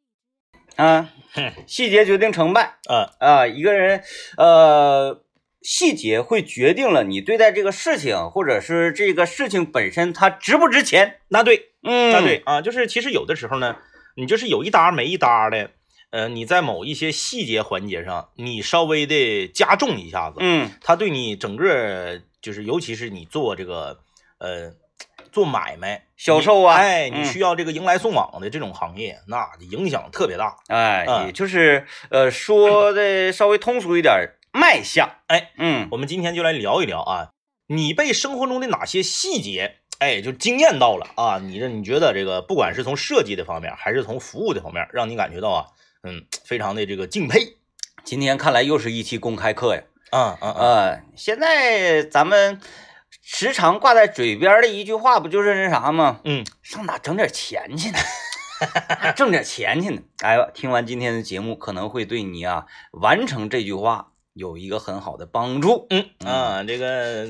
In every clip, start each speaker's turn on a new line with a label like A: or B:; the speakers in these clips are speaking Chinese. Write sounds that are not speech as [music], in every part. A: [laughs] 啊，细节决定成败
B: 啊
A: 啊，一个人呃，细节会决定了你对待这个事情，或者是这个事情本身它值不值钱。
B: 那对，
A: 嗯，
B: 那对，啊，就是其实有的时候呢，你就是有一搭没一搭的，呃，你在某一些细节环节上，你稍微的加重一下子，
A: 嗯
B: 它对你整个就是，尤其是你做这个呃做买卖、
A: 销售啊
B: 你哎，你
A: 嗯
B: 需要这个迎来送往的这种行业，那影响特别大。
A: 哎，
B: 啊
A: 也就是呃，说的稍微通俗一点儿，卖相。
B: 哎，
A: 嗯
B: 我们今天就来聊一聊啊，你被生活中的哪些细节，哎，就惊艳到了啊？你这你觉得这个，不管是从设计的方面，还是从服务的方面，让你感觉到啊，嗯，非常的这个敬佩。
A: 今天看来又是一期公开课呀。
B: 啊啊啊！
A: 呃，现在咱们时常挂在嘴边儿的一句话，不就是那啥吗？
B: 嗯，
A: 上哪整点钱去呢？ [laughs] 还挣点钱去呢？哎呦，听完今天的节目，可能会对你啊完成这句话有一个很好的帮助。
B: 嗯啊，这个，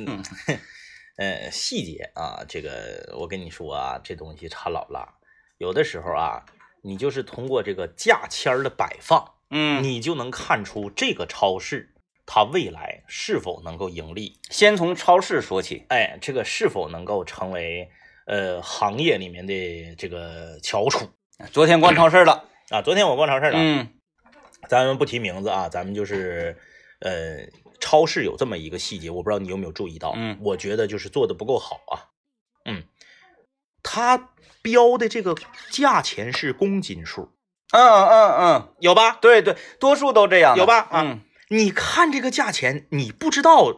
B: 呃，细节啊，这个我跟你说啊，这东西差老了。有的时候啊，你就是通过这个价签儿的摆放，
A: 嗯，
B: 你就能看出这个超市它未来是否能够盈利。
A: 先从超市说起。
B: 哎，这个是否能够成为呃行业里面的这个翘楚
A: 昨天逛超市了，
B: 啊？昨天我逛超市了，
A: 嗯
B: 咱们不提名字啊，咱们就是呃，超市有这么一个细节，我不知道你有没有注意到，
A: 嗯
B: 我觉得就是做的不够好啊，嗯，它标的这个价钱是公斤数，
A: 嗯嗯嗯，
B: 有吧？
A: 对对，多数都这样的，
B: 有吧啊
A: 嗯
B: 你看这个价钱，你不知道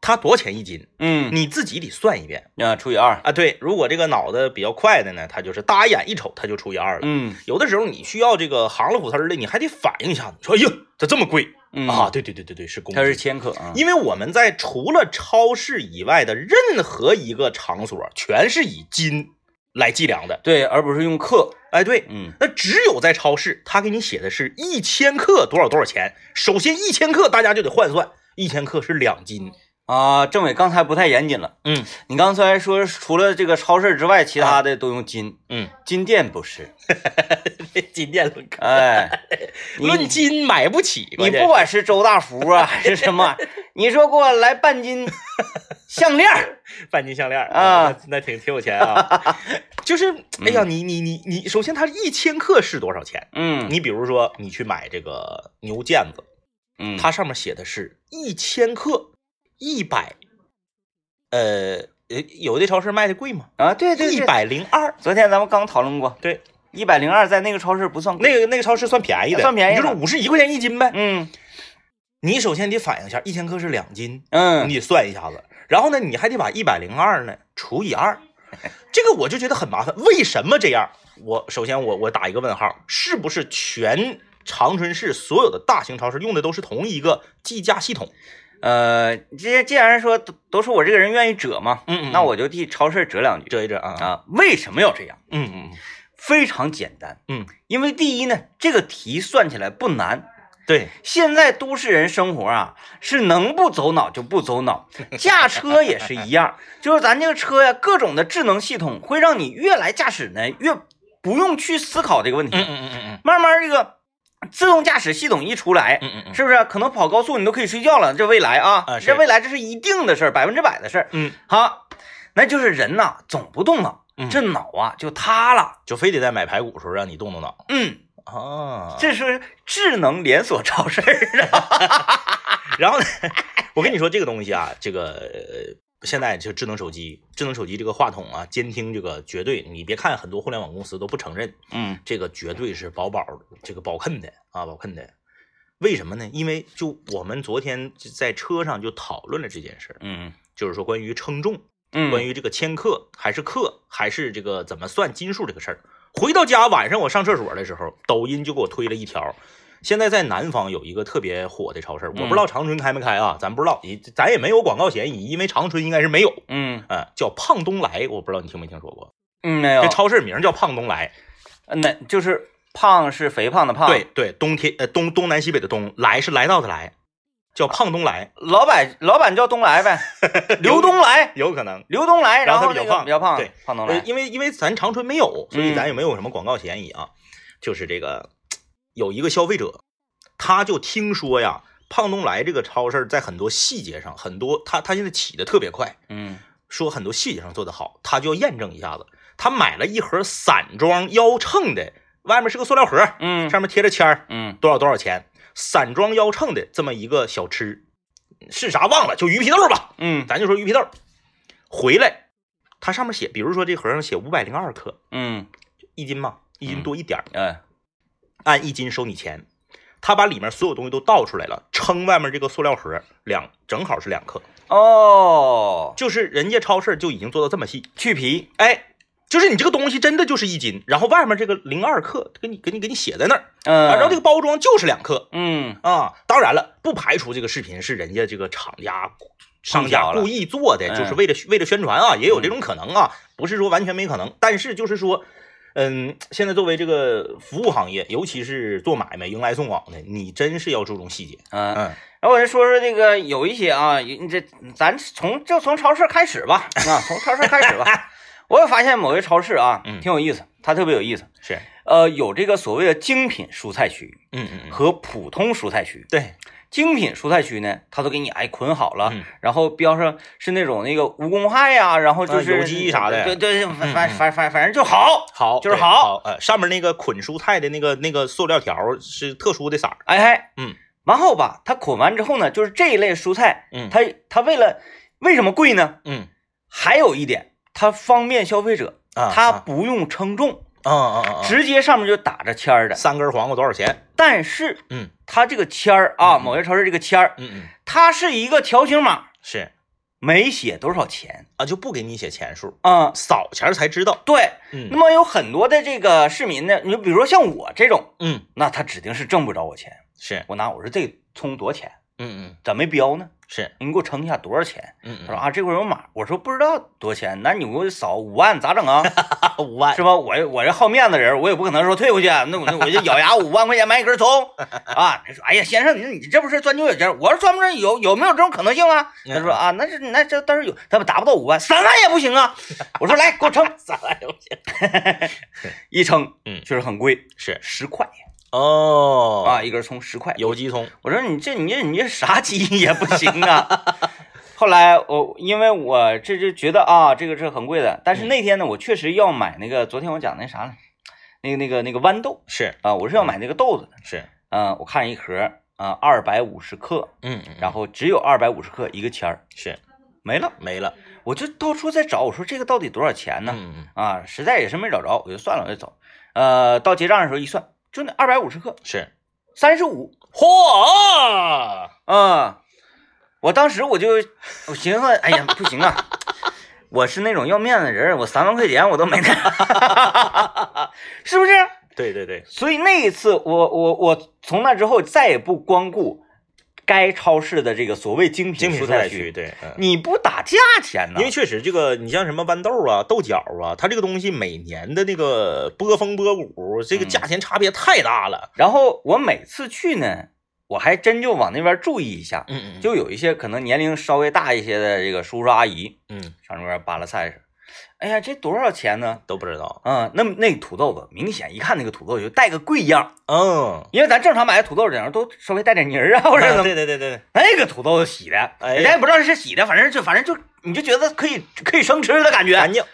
B: 它多少钱一斤，
A: 嗯，
B: 你自己得算一遍
A: 啊，除以二，
B: 啊。对，如果这个脑子比较快的呢，他就是大眼一瞅，他就除以二了。
A: 嗯
B: 有的时候你需要这个行了虎呲儿的，你还得反应一下子，你说哎呦，它这么贵、
A: 嗯
B: 啊！，对对对对对，是公
A: 它是
B: 斤。
A: 千克啊，
B: 因为我们在除了超市以外的任何一个场所，全是以斤来计量的。
A: 对，而不是用克，
B: 哎，对，
A: 嗯。
B: 那只有在超市，他给你写的是一千克多少多少钱。首先一千克，大家就得换算，一千克是两斤。
A: 啊，政委刚才不太严谨了。
B: 嗯啊
A: 你刚才说除了这个超市之外，其他的都用金，
B: 嗯， [laughs]
A: 金店不是？
B: 金店论克 [laughs]
A: 哎，你
B: 论斤买不起，
A: 你
B: 关键
A: 不管是周大福啊还是什
B: [laughs]
A: 么，你说给我来半斤项链儿，
B: 是 [laughs] 半斤项链儿
A: 啊
B: 那那挺挺有钱
A: [laughs]
B: 啊。就是，哎呀，你你你你，首先它一千克是多少钱？
A: 嗯
B: 你比如说，你去买这个牛腱子，
A: 嗯，
B: 它上面写的是一千克一百，呃呃，有的超市卖的贵吗？
A: 啊，对对
B: 一
A: 对，
B: 百零二，
A: 昨天咱们刚讨论过，
B: 对，
A: 一百零二在那个超市不算贵。
B: 那个那个超市算便宜的，
A: 算便宜
B: 你
A: 的
B: 就是五十一块钱一斤呗。
A: 嗯
B: 你首先得反应一下，一千克是两斤， [laughs]
A: 嗯
B: 你得算一下子。然后呢，你还得把一百零二呢除以二，这个我就觉得很麻烦。为什么这样？我首先我我打一个问号，是不是全长春市所有的大型超市用的都是同一个计价系统？
A: 呃，这既然说都都说我这个人愿意折嘛，
B: 嗯嗯
A: 那我就替超市折两句
B: 这一这啊，
A: 啊。为什么要这样？
B: 嗯嗯
A: 非常简单。
B: 嗯，
A: 因为第一呢，这个题算起来不难。
B: 对，
A: 现在都市人生活啊，是能不走脑就不走
B: [laughs]
A: 脑，驾车也是一样，就是咱这个车呀、各种的智能系统会让你越来驾驶呢越不用去思考这个问题，
B: 嗯嗯嗯
A: 慢慢这个自动驾驶系统一出来，
B: 嗯嗯嗯
A: 是不是可能跑高速你都可以睡觉了？这未来啊，
B: 啊是
A: 这未来这是一定的事儿，百分之百的事儿。
B: 嗯，
A: 好，那就是人呐、总不动脑，
B: 嗯
A: 这脑啊就塌了。
B: 就非得在买排骨的时候让你动动脑
A: 嗯，
B: 啊。
A: 这是智能连锁超市啊。
B: [laughs] 然后呢， [laughs] 我跟你说这个东西啊，这个呃现在就智能手机，智能手机这个话筒啊，监听这个绝对，你别看很多互联网公司都不承认，
A: 嗯
B: 这个绝对是保保这个保坑的啊，保坑的。为什么呢？因为就我们昨天就在车上就讨论了这件事儿，
A: 嗯
B: 就是说关于称重，
A: 嗯
B: 关
A: 于
B: 于这个千克还是克还是这个怎么算斤数这个事儿。回到家晚上我上厕所的时候，抖音就给我推了一条。现在在南方有一个特别火的超市，我不知道长春开没开啊，咱不知道，也咱也没有广告嫌疑，因为长春应该是没有。
A: 嗯
B: 嗯，叫胖东来，我不知道你听没听说过，
A: 嗯没有
B: 这，超市名叫胖东来。
A: 呃那就是胖是肥胖的胖，
B: 对，对，冬天呃东东南西北的东，来是来到的来，叫胖东来，
A: 老板老板叫东来
B: [laughs]
A: 呗，刘东来，
B: 有可能。
A: 刘东来，
B: 然后
A: 后
B: 他比较
A: 那个
B: 胖
A: 比较胖，
B: 对，
A: 胖东
B: 呃，
A: 来，
B: 因为因为咱长春没有，所以
A: 嗯
B: 咱也没有什么广告嫌疑啊。就是这个，有一个消费者，他就听说呀，胖东来这个超市在很多细节上，很多他他现在起的特别快，
A: 嗯
B: 说很多细节上做得好，他就要验证一下子。他买了一盒散装腰秤的，外面是个塑料盒，
A: 嗯
B: 上面贴着签儿，
A: 嗯
B: 多少多少钱，散装腰秤的这么一个小吃，是啥忘了，就鱼皮豆吧，
A: 嗯
B: 咱就说鱼皮豆。回来，它上面写，比如说这盒上写五百零二克，
A: 嗯，
B: 一斤嘛，一斤多一点儿，
A: 哎，
B: 按一斤收你钱。他把里面所有东西都倒出来了，称外面这个塑料盒两，正好是两克，
A: 哦，
B: 就是人家超市就已经做到这么细，
A: 去皮，
B: 哎，就是你这个东西真的就是一斤，然后外面这个零二克给你给你给你写在那儿，
A: 嗯，
B: 然后这个包装就是两克，
A: 嗯
B: 啊，当然了，不排除这个视频是人家这个厂家、商家故意做的，
A: 嗯
B: 就是为了为了宣传啊，也有这种可能啊，不是说完全没可能。但是就是说，嗯，现在作为这个服务行业，尤其是做买卖、迎来送往的，你真是要注重细节。
A: 嗯，
B: 嗯，
A: 然后我就说说这个有一些啊，你这咱从就从超市开始吧，啊，从超市开始
B: [laughs]
A: 吧。我也发现某些超市啊，
B: 嗯
A: 挺有意思，它特别有意思。
B: 是，
A: 呃，有这个所谓的精品蔬菜区
B: 嗯嗯嗯，
A: 和普通蔬菜区。
B: 对，
A: 精品蔬菜区呢，它都给你哎捆好了，
B: 嗯
A: 然后标上是那种那个无公害呀、然后就
B: 啊
A: 是、
B: 有机啥的
A: 对对，反
B: 嗯
A: 反
B: 嗯
A: 反反反正就好。
B: 好，
A: 就是
B: 对
A: 好
B: 好，呃，上面那个捆蔬菜的那个那个塑料条是特殊的色儿，
A: 哎嗨，
B: 嗯，
A: 然后吧，它捆完之后呢，就是这一类蔬菜，
B: 嗯
A: 它它为了为什么贵呢？
B: 嗯
A: 还有一点，它方便消费者，
B: 啊，
A: 它
B: 啊
A: 不用称重，
B: 啊啊啊，啊
A: 直接上面就打着签儿的。
B: 三根黄瓜多少钱？
A: 但是
B: 嗯
A: 它这个签儿啊，某些超市这个签儿，
B: 嗯嗯，
A: 它是一个条形码，
B: 是
A: 没写多少钱
B: 啊，就不给你写钱数，
A: 啊、
B: 扫钱儿才知道。
A: 对，
B: 嗯
A: 那么有很多的这个市民呢，你就比如说像我这种，
B: 嗯，
A: 那他指定是挣不着我钱。
B: 是，
A: 我拿我说这葱多少钱？
B: 嗯嗯，
A: 咋没标呢？
B: 是，
A: 你给我称一下多少钱？
B: 嗯
A: 他
B: 嗯，
A: 说啊，这块有码。我说不知道多少钱，那你给我扫五万咋整啊？
B: 啊五万
A: 是吧？我我这好面子人，我也不可能说退回去，啊那我那我就咬牙五万块钱买一根葱啊！他说，哎呀，先生，你你这不是钻牛角尖儿？我说钻不钻有有没有这种可能性啊？
B: 嗯，
A: 他说啊，那是那这但是有，他们达不到五万，三万也不行啊！我说来给我称
B: 三万块钱。
A: [laughs] 一称，
B: 嗯
A: 确实很贵，
B: 是
A: 十块
B: 哦
A: 啊，一根葱十块。
B: 有机葱，
A: 我说你这你这你这啥鸡也不行啊！ [laughs] 后来我因为我这就觉得啊，这个是很贵的，但
B: 嗯
A: 是那天呢，我确实要买那个昨天我讲那啥来，那个那个那个豌豆。
B: 是
A: 啊，我是要买那个豆子的，
B: 是，
A: 嗯、我看一盒，啊、2二百五十克，
B: 嗯嗯然
A: 然
B: 后
A: 后只有二百五十克一个签儿，
B: 是
A: 没了，
B: 没了，
A: 我就到处在找，我说这个到底多少钱呢？
B: 嗯嗯，
A: 啊，实在也是没找着，我就算了，我就走，呃，到结账的时候一算，就那二百五十克，
B: 是，
A: 三十五，
B: 嚯，
A: 啊，我当时我就我寻思，哎呀，不行啊，我是那种要面子的人，我三万块钱我都没拿， [laughs] 是不是？
B: 对对对，
A: 所以那一次我，我我从那之后再也不光顾该超市的这个所谓精
B: 精
A: 品
B: 品
A: 蔬
B: 蔬
A: 菜
B: 菜
A: 区
B: 区，，对，嗯
A: 你不打价钱呢
B: 因？为确实这个，你像什么豌豆啊、豆角啊，它这个东西每年的那个波峰波谷，这个
A: 嗯
B: 价钱差别太大了。
A: 然后我每次去呢，我还真就往那边注意一下，
B: 嗯就
A: 就有一些可能年龄稍微大一些的这个叔叔阿姨
B: 嗯
A: 上那边扒拉菜去，哎呀，这多少钱呢？
B: 都不知道，
A: 啊、那么那土豆子明显一看那个土豆就带个贵样，
B: 嗯，
A: 因为咱正常买的土豆顶上都稍微带点泥儿啊，或者
B: 啊
A: 怎么
B: 对对对对，
A: 那个土豆子洗的，
B: 哎呀
A: 人家也不知道是洗的，反正就反正就你就觉得可以可以生吃的感觉。
B: 干净，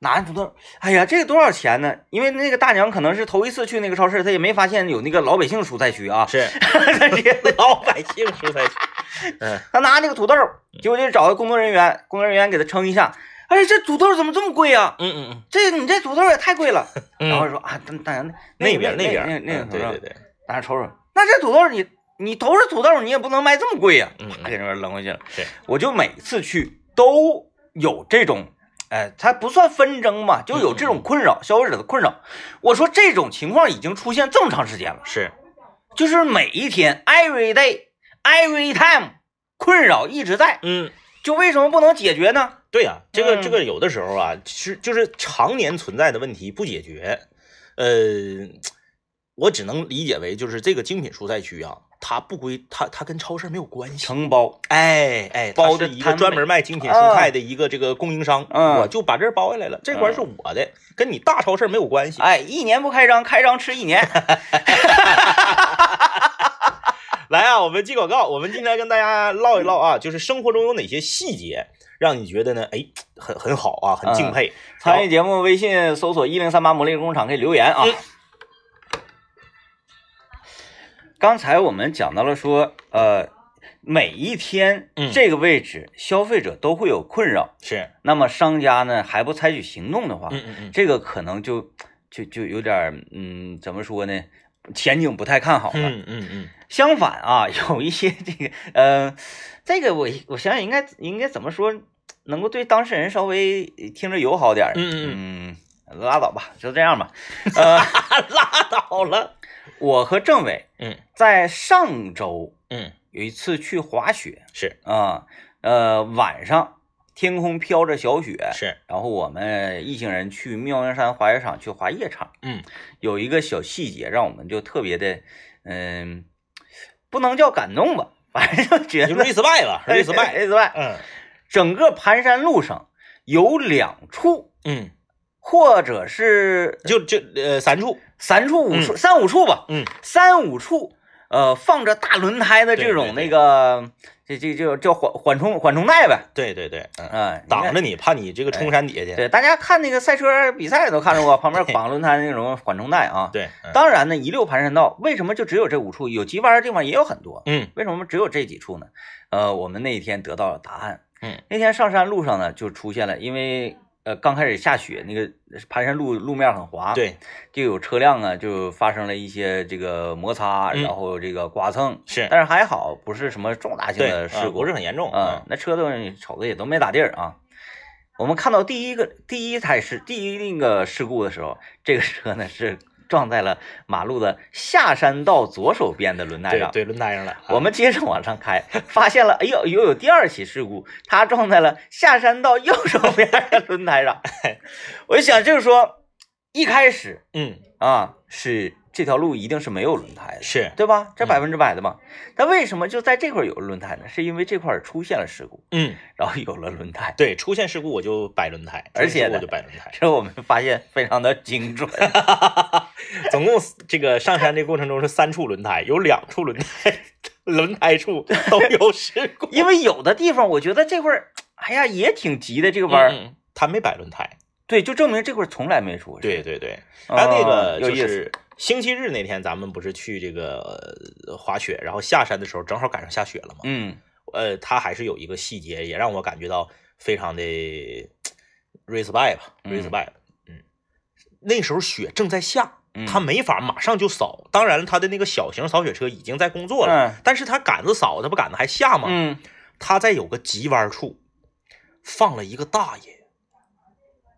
A: 拿土豆，哎呀，这个多少钱呢？因为那个大娘可能是头一次去那个超市，她也没发现有那个老百姓蔬菜区啊，
B: 是
A: [laughs] 她直接
B: [laughs] 老百姓蔬菜区，嗯，
A: 她拿那个土豆，结果就找个工作人员，工作人员给她称一下，哎，这土豆怎么这么贵呀、
B: 嗯嗯嗯
A: 这你这土豆也太贵了。
B: 嗯，
A: 然后说啊，大大娘
B: 那
A: 边
B: 边
A: 那
B: 边
A: 那那个土
B: 嗯对
A: 豆
B: 对，对，
A: 大家瞅瞅，那这土豆你你都是土豆，你也不能卖这么贵呀、
B: 嗯
A: 啪给那边扔回去了。
B: 是，
A: 我就每次去都有这种，哎，它不算纷争吧，就有这种困扰，消费者的困扰。我说这种情况已经出现这么长时间了，
B: 是，
A: 就是每一天，every day，every time，困扰一直在，
B: 嗯，
A: 就为什么不能解决呢？
B: 对呀、这个这
A: 嗯
B: 个有的时候啊，其实就是常年存在的问题不解决，呃，我只能理解为就是这个精品蔬菜区啊，它不归它它跟超市没有关系。
A: 承包，
B: 哎哎，它
A: 包
B: 是
A: 着
B: 一
A: 摊
B: 个
A: 位
B: 专门卖精品蔬菜的一个这个供应商，
A: 嗯
B: 我就把这儿包下来了，这块儿是我的，跟你大超市没有关系。
A: 哎，一年不开张，开张吃一年。
B: 来啊，我们接广告，我们今天跟大家唠一唠啊，就是生活中有哪些细节让你觉得呢？哎，很很好啊，很敬佩。然后
A: 参与节目微信搜索一零三八魔力工厂可以留言啊。
B: 嗯
A: 刚才我们讲到了说，呃，每一天
B: 嗯
A: 这个位置、消费者都会有困扰，
B: 是，啊
A: 那么商家呢还不采取行动的话，
B: 嗯嗯嗯，
A: 这个可能就就就有点儿嗯，怎么说呢？前景不太看好了。
B: 嗯嗯嗯，
A: 相反啊， [laughs] 有一些这个，呃，这个我我想想应该应该怎么说，能够对当事人稍微呃听着友好点儿。嗯嗯，拉倒吧，就这样吧。
B: [laughs] 拉倒了。
A: 我和政委
B: 嗯
A: 在上周
B: 嗯，
A: 有一次去滑雪
B: 是
A: 啊，呃，晚上天空飘着小雪，
B: 是，
A: 然后我们一行人去妙音山滑雪场去滑夜场。
B: 嗯，
A: 有一个小细节让我们就特别的，嗯、不能叫感动吧，反正就觉
B: 就
A: 得。[laughs]
B: respect 吧，respect。
A: 哎
B: [laughs]
A: respect，
B: 嗯
A: 整个盘山路上有两处
B: 嗯，
A: 或者是
B: 就就呃三处，
A: 三处五处、三五处吧，
B: 嗯，
A: 三五处，呃，放着大轮胎的这种
B: 对对对
A: 那个，这这这叫缓缓冲缓冲带呗，
B: 对对对，
A: 嗯、
B: 嗯，
A: 你看
B: 挡着。你，怕你这个冲山底下去。
A: 对，大家看那个赛车比赛都看着
B: [laughs]
A: 过，旁边绑轮胎那种缓冲带啊。
B: 对，嗯
A: 当然呢，一溜盘山道，为什么就只有这五处？有急弯的地方也有很多，
B: 嗯
A: 为什么只有这几处呢？呃，我们那一天得到了答案。
B: 嗯，
A: 那天上山路上呢，就出现了，因为呃刚开始下雪，那个盘山路路面很滑，，
B: 对，
A: 就有车辆啊就发生了一些这个摩擦，
B: 嗯
A: 然后这个刮蹭，
B: 是，
A: 但是还好不是什么重大性
B: 对，
A: 的
B: 啊
A: 事故，
B: 不是很严重。嗯
A: 啊、那车都瞅着也都没咋地儿啊。我们看到第一个第一台事第一那个事故的时候，这个车呢是撞在了马路的下山道左手边的轮
B: 嗯
A: 胎
B: 对
A: 上。
B: 对，轮胎上了。啊
A: 我们接着往上开，发现了，哎呦，又有第二起事故，它撞在了下山道右手边的轮胎上。 [laughs] 我就想，就是说，一开始
B: 嗯
A: 啊，是这条路一定是没有轮胎的，
B: 是，
A: 对吧？这
B: 嗯
A: 百分之百的嘛。但为什么就在这块儿有轮胎呢？是因为这块儿出现了事故，
B: 嗯
A: 然后有了轮胎，
B: 对，出现事故我就摆轮胎，
A: 而且
B: 出现事故
A: 呢
B: 我就摆轮胎。
A: 这我们发现非常的精准。 [laughs]
B: 总共四这个上山这个过程中是三处轮胎，有两处轮胎 [laughs] 轮胎处都有
A: [laughs]
B: 事故。
A: 因为有的地方，我觉得这块儿，哎呀，也挺急的这个弯儿，
B: 嗯他没摆轮胎。
A: 对，就证明这块儿从来没出过事。
B: 对对对，
A: 啊，
B: 但那个
A: 有
B: 就
A: 意思。
B: 是星期日那天，咱们不是去这个呃滑雪，然后下山的时候正好赶上下雪了嘛。
A: 嗯，
B: 呃，他还是有一个细节，也让我感觉到非常的 respect 吧
A: 嗯
B: ，respect。嗯，那时候雪正在下，
A: 嗯
B: 他没法马上就扫。当然了，他的那个小型扫雪车已经在工作了，
A: 嗯
B: 但是他杆子扫，他不杆子还下吗？
A: 嗯，
B: 他在有个急弯处放了一个大爷，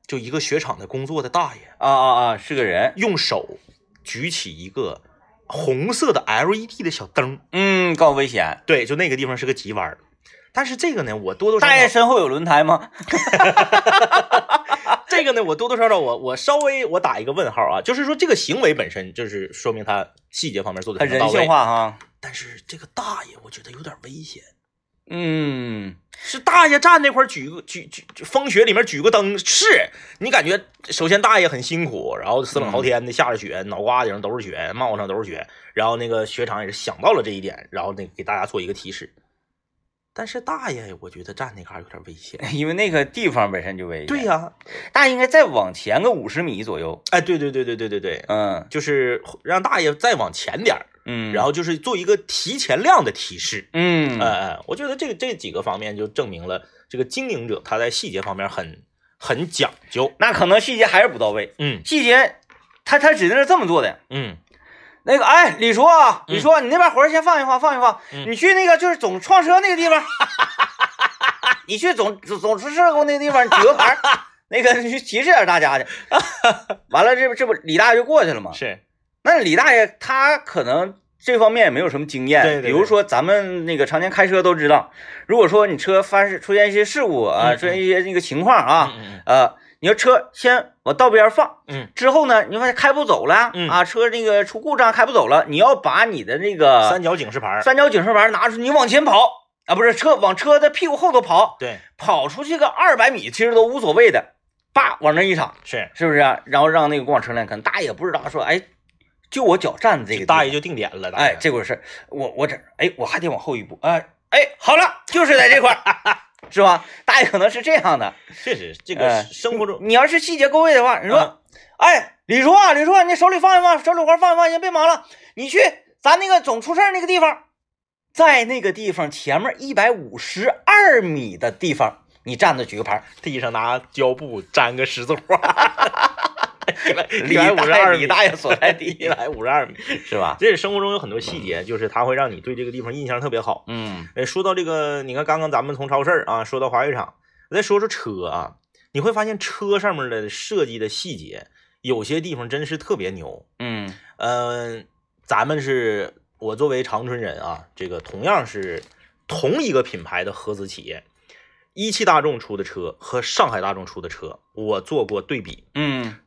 B: 就一个雪场的工作的大爷，
A: 啊啊啊，是个人，
B: 用手举起一个红色的 LED 的小灯儿，
A: 嗯，高危险。
B: 对，就那个地方是个急弯儿。但是这个呢，我多多少
A: 大爷
B: 少，
A: 身后有轮胎吗？
B: 这个呢，我多多少少，我我稍微我打一个问号啊，就是说这个行为本身就是说明他细节方面做的
A: 很人性。化哈。
B: 但是这个大爷，我觉得有点危险，
A: 嗯，
B: 是大爷站那块儿举个举举举风雪里面举个灯，是你感觉首先大爷很辛苦，然后死冷
A: 嗯
B: 朝天的下着雪，脑瓜顶上都是雪，帽上都是雪，然后那个雪场也是想到了这一点，然后那个给大家做一个提示。但是大爷，我觉得站那嘎儿有点危险。
A: 因为那个地方本身就危险。
B: 对、呀、
A: 大爷应该再往前个五十米左右。
B: 哎，对对对对对对对，
A: 嗯
B: 就是让大爷再往前点儿，
A: 嗯，
B: 然
A: 后
B: 后就是做一个提前量的提示。
A: 嗯
B: 哎哎，我觉得这这几个方面就证明了这个经营者他在细节方面很很讲究。
A: 那可能细节还是不到位，
B: 嗯
A: 细节他他指定是这么做的。
B: 嗯
A: 那个，哎，李叔啊，
B: 嗯
A: 李叔啊，你那边活儿先放一放，放一放。
B: 嗯
A: 你去那个就是总撞车那个地方， [laughs] 你去总总总出事故那个地方，你举个牌儿，那个你去提示点大家
B: [laughs]
A: 去。完了，这不这不李大爷就过去了吗？
B: 是
A: 那李大爷他可能这方面也没有什么经验，
B: 对对对
A: 比如说咱们那个常年开车都知道，如果说你车发生出现一些事故啊，
B: 嗯嗯
A: 出现一些那个情况啊，
B: 嗯嗯
A: 呃，你要车先往道边儿放。
B: 嗯，
A: 之后呢，你发现开不走了、
B: 嗯
A: 啊，车那个出故障开不走了，你要把你的那个
B: 三角警示牌儿，
A: 三角警示牌拿出，你往前跑啊，不是车往车的屁股后头跑，
B: 对，
A: 跑出去个二百米其实都无所谓的，叭往那一躺，
B: 是
A: 是不是、啊？然后让那个共享车辆看，大爷不知道说，哎，就我脚站的这个地方
B: 大爷就定点了，大爷
A: 哎，这回事儿，我我这哎，我还得往后一步，哎哎，好了，就是在这块儿， [laughs] 是吧？大爷可能是这样的。
B: 确实这
A: 哎
B: 个生活中
A: 你要是细节够位的话，你说，
B: 嗯
A: 哎，李叔啊，李叔啊，你手里放一放，手里活放一放，先别忙了，你去咱那个总出事儿那个地方，在那个地方前面一百五十二米的地方，你站着举个牌儿，
B: 地上拿胶布粘个十字花，
A: 李
B: 哎一百五十
A: 大
B: 二
A: 爷，
B: 米
A: 李，大爷所在
B: 一
A: 地
B: [laughs] 百五十二米。
A: [laughs] 是吧？
B: 这生活中有很多细节，就是它会让你对这个地方印象特别好。
A: 嗯
B: 呃，说到这个，你看刚刚咱们从超市啊，说到滑雪场，再说说车啊，你会发现车上面的设计的细节，有些地方真是特别牛。
A: 嗯
B: 嗯、咱们是我作为长春人啊，这个同样是同一个品牌的合资企业，一汽大众出的车和上海大众出的车，我做过对比。
A: 嗯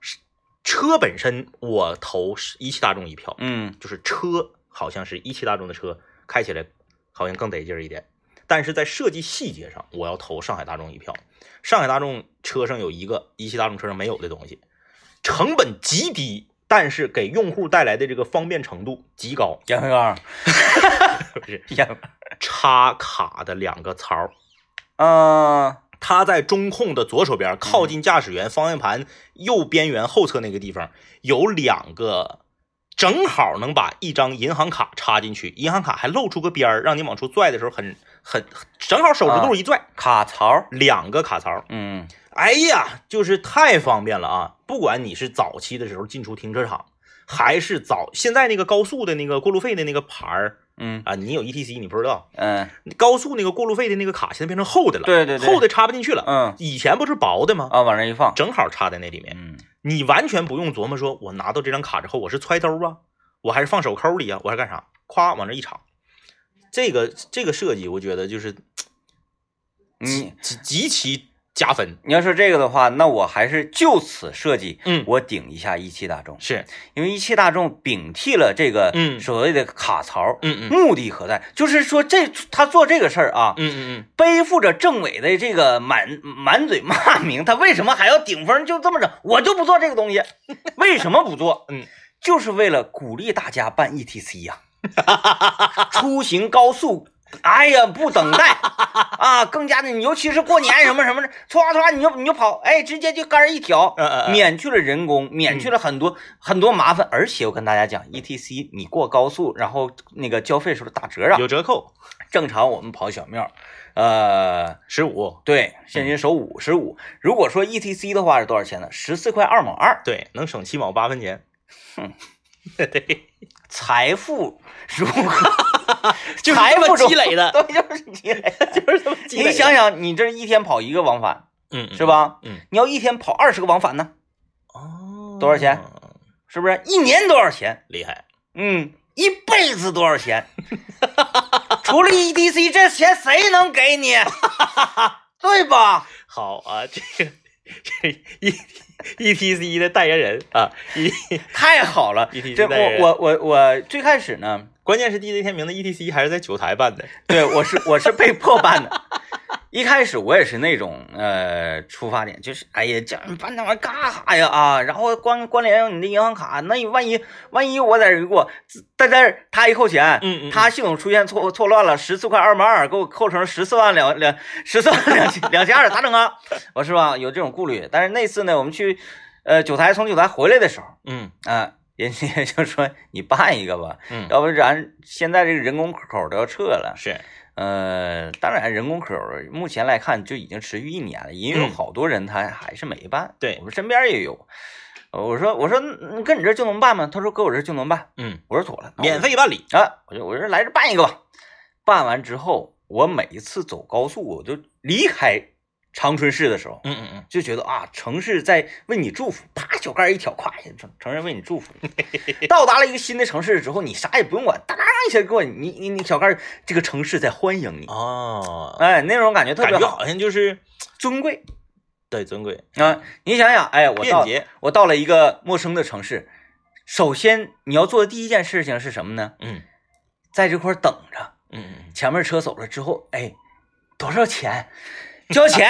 B: 车本身我投一汽大众一票，
A: 嗯
B: 就是车好像是一汽大众的车开起来好像更得劲儿一点，但是在设计细节上，我要投上海大众一票。上海大众车上有一个一汽大众车上没有的东西，成本极低，但是给用户带来的这个方便程度极高，
A: 杨飞
B: [laughs]
A: 刚，
B: 不是
A: 杨，
B: 插卡的两个槽儿。
A: 嗯
B: 它在中控的左手边，靠近驾驶员方向盘右边缘后侧那个地方，有两个正好能把一张银行卡插进去，银行卡还露出个边儿，让你往出拽的时候很很很正好手指肚一拽，
A: 卡槽，
B: 两个卡槽。
A: 嗯
B: 哎呀，就是太方便了啊！不管你是早期的时候进出停车场，还是早现在那个高速的那个过路费的那个牌儿
A: 嗯
B: 啊，你有 ETC 你不知道，
A: 嗯
B: 高速那个过路费的那个卡现在变成厚的了，
A: 对对对
B: 厚的插不进去了。
A: 嗯
B: 以前不是薄的吗？
A: 啊，往那一放，
B: 正好插在那里面，
A: 嗯
B: 你完全不用琢磨说，我拿到这张卡之后，我是揣兜啊，我还是放手抠里啊，我还是干啥？夸往这一插，这个这个设计，我觉得就是
A: 你。
B: 极极其加分。
A: 你要说这个的话，那我还是就此设计，
B: 嗯
A: 我顶一下一汽大众，
B: 是，
A: 因为一汽大众摒弃了这个
B: 嗯
A: 所谓的卡槽，
B: 嗯嗯
A: 目的何在？就是说这他做这个事儿啊，
B: 嗯嗯
A: 背负着政委的这个满满嘴骂名，他为什么还要顶风就这么整？我就不做这个东西，为什么不做？
B: 嗯，
A: 就是为了鼓励大家办 ETC 呀、出行高速。哎呀，不等待啊，更加的，你尤其是过年什么什么的，唰唰你就你就跑，哎，直接就杆儿一挑
B: 嗯嗯，嗯
A: 免去了人工，免去了很多、很多麻烦。而且我跟大家讲，ETC 你过高速，然后那个交费时候打折啊
B: 嗯，，有折扣，
A: 正常我们跑小庙，呃，
B: 十五，
A: 对，现金手五十五。如果说 E T C 的话是多少钱呢？十四块二毛二。
B: 对，能省七毛八分钱。 [laughs]
A: 财富如何？
B: [laughs] 就是
A: 财
B: 这么
A: 富中
B: 积累
A: [laughs]
B: 的
A: 对，就是积累的。
B: 就是这么积累的
A: 你想，想，你这一天跑一个往返
B: 嗯，嗯
A: 是？吧？
B: 嗯，
A: 你要一天跑二十个往返呢，
B: 哦，
A: 多少钱？是不是？一年多少钱？
B: 厉害，
A: 嗯，一辈子多少
B: [laughs]
A: 钱？除了 E T C，这钱谁能给你？ [laughs] 对吧？
B: 好啊，这个这 E E T C 的代言人啊，E
A: 太好了，
B: ETC
A: 这
B: 代言
A: 我我我我最开始呢，
B: 关键是 DJ 天明的
A: E
B: ETC 还是在九台办的，
A: 对，我是我是被迫办的。一开始我也是那种呃出发点，就是哎呀，这样办那玩意儿干啥呀啊？然后关关联上你的银行卡，那你万一万一我在这儿给我在这儿他一扣钱，
B: 嗯嗯嗯
A: 他系统出现错错乱了，十四块二毛二给我扣成十四万两两十四万两千两千二，咋整啊？我是吧有这种顾虑，但是那次呢，我们去呃九台从九台回来的时候
B: 嗯
A: 啊、人家就说你办一个吧，
B: 嗯
A: 要不然现在这个人工口都要撤了。
B: 是，
A: 呃，当然，人工口儿目前来看就已经持续一年了，也有
B: 嗯
A: 好多人他还是没办。
B: 对
A: 我们身边也有。呃我说我说嗯跟你这儿就能办吗？他说搁我这儿就能办。
B: 嗯，
A: 我说妥了，那我
B: 免费办理，
A: 啊！我就我说来这儿办一个吧。办完之后，我每一次走高速，我就离开长春市的时候，
B: 嗯嗯嗯，
A: 就觉得啊，城市在为你祝福，啪，小盖儿一挑，咵，城城市为你祝福。 [laughs] 到达了一个新的城市之后，你啥也不用管，当一下给我，你你你小盖儿，这个城市在欢迎你。
B: 哦，
A: 哎，那种感觉特
B: 感
A: 别
B: 觉
A: 好，
B: 好像就是
A: 尊贵。
B: 对，尊贵，
A: 啊，你想想，哎，我
B: 便
A: 到
B: 捷，
A: 我到了一个陌生的城市，首先你要做的第一件事情是什么呢？
B: 嗯
A: 在这块儿等着，
B: 嗯嗯
A: 前面车走了之后，哎，多少钱？交 [laughs] 钱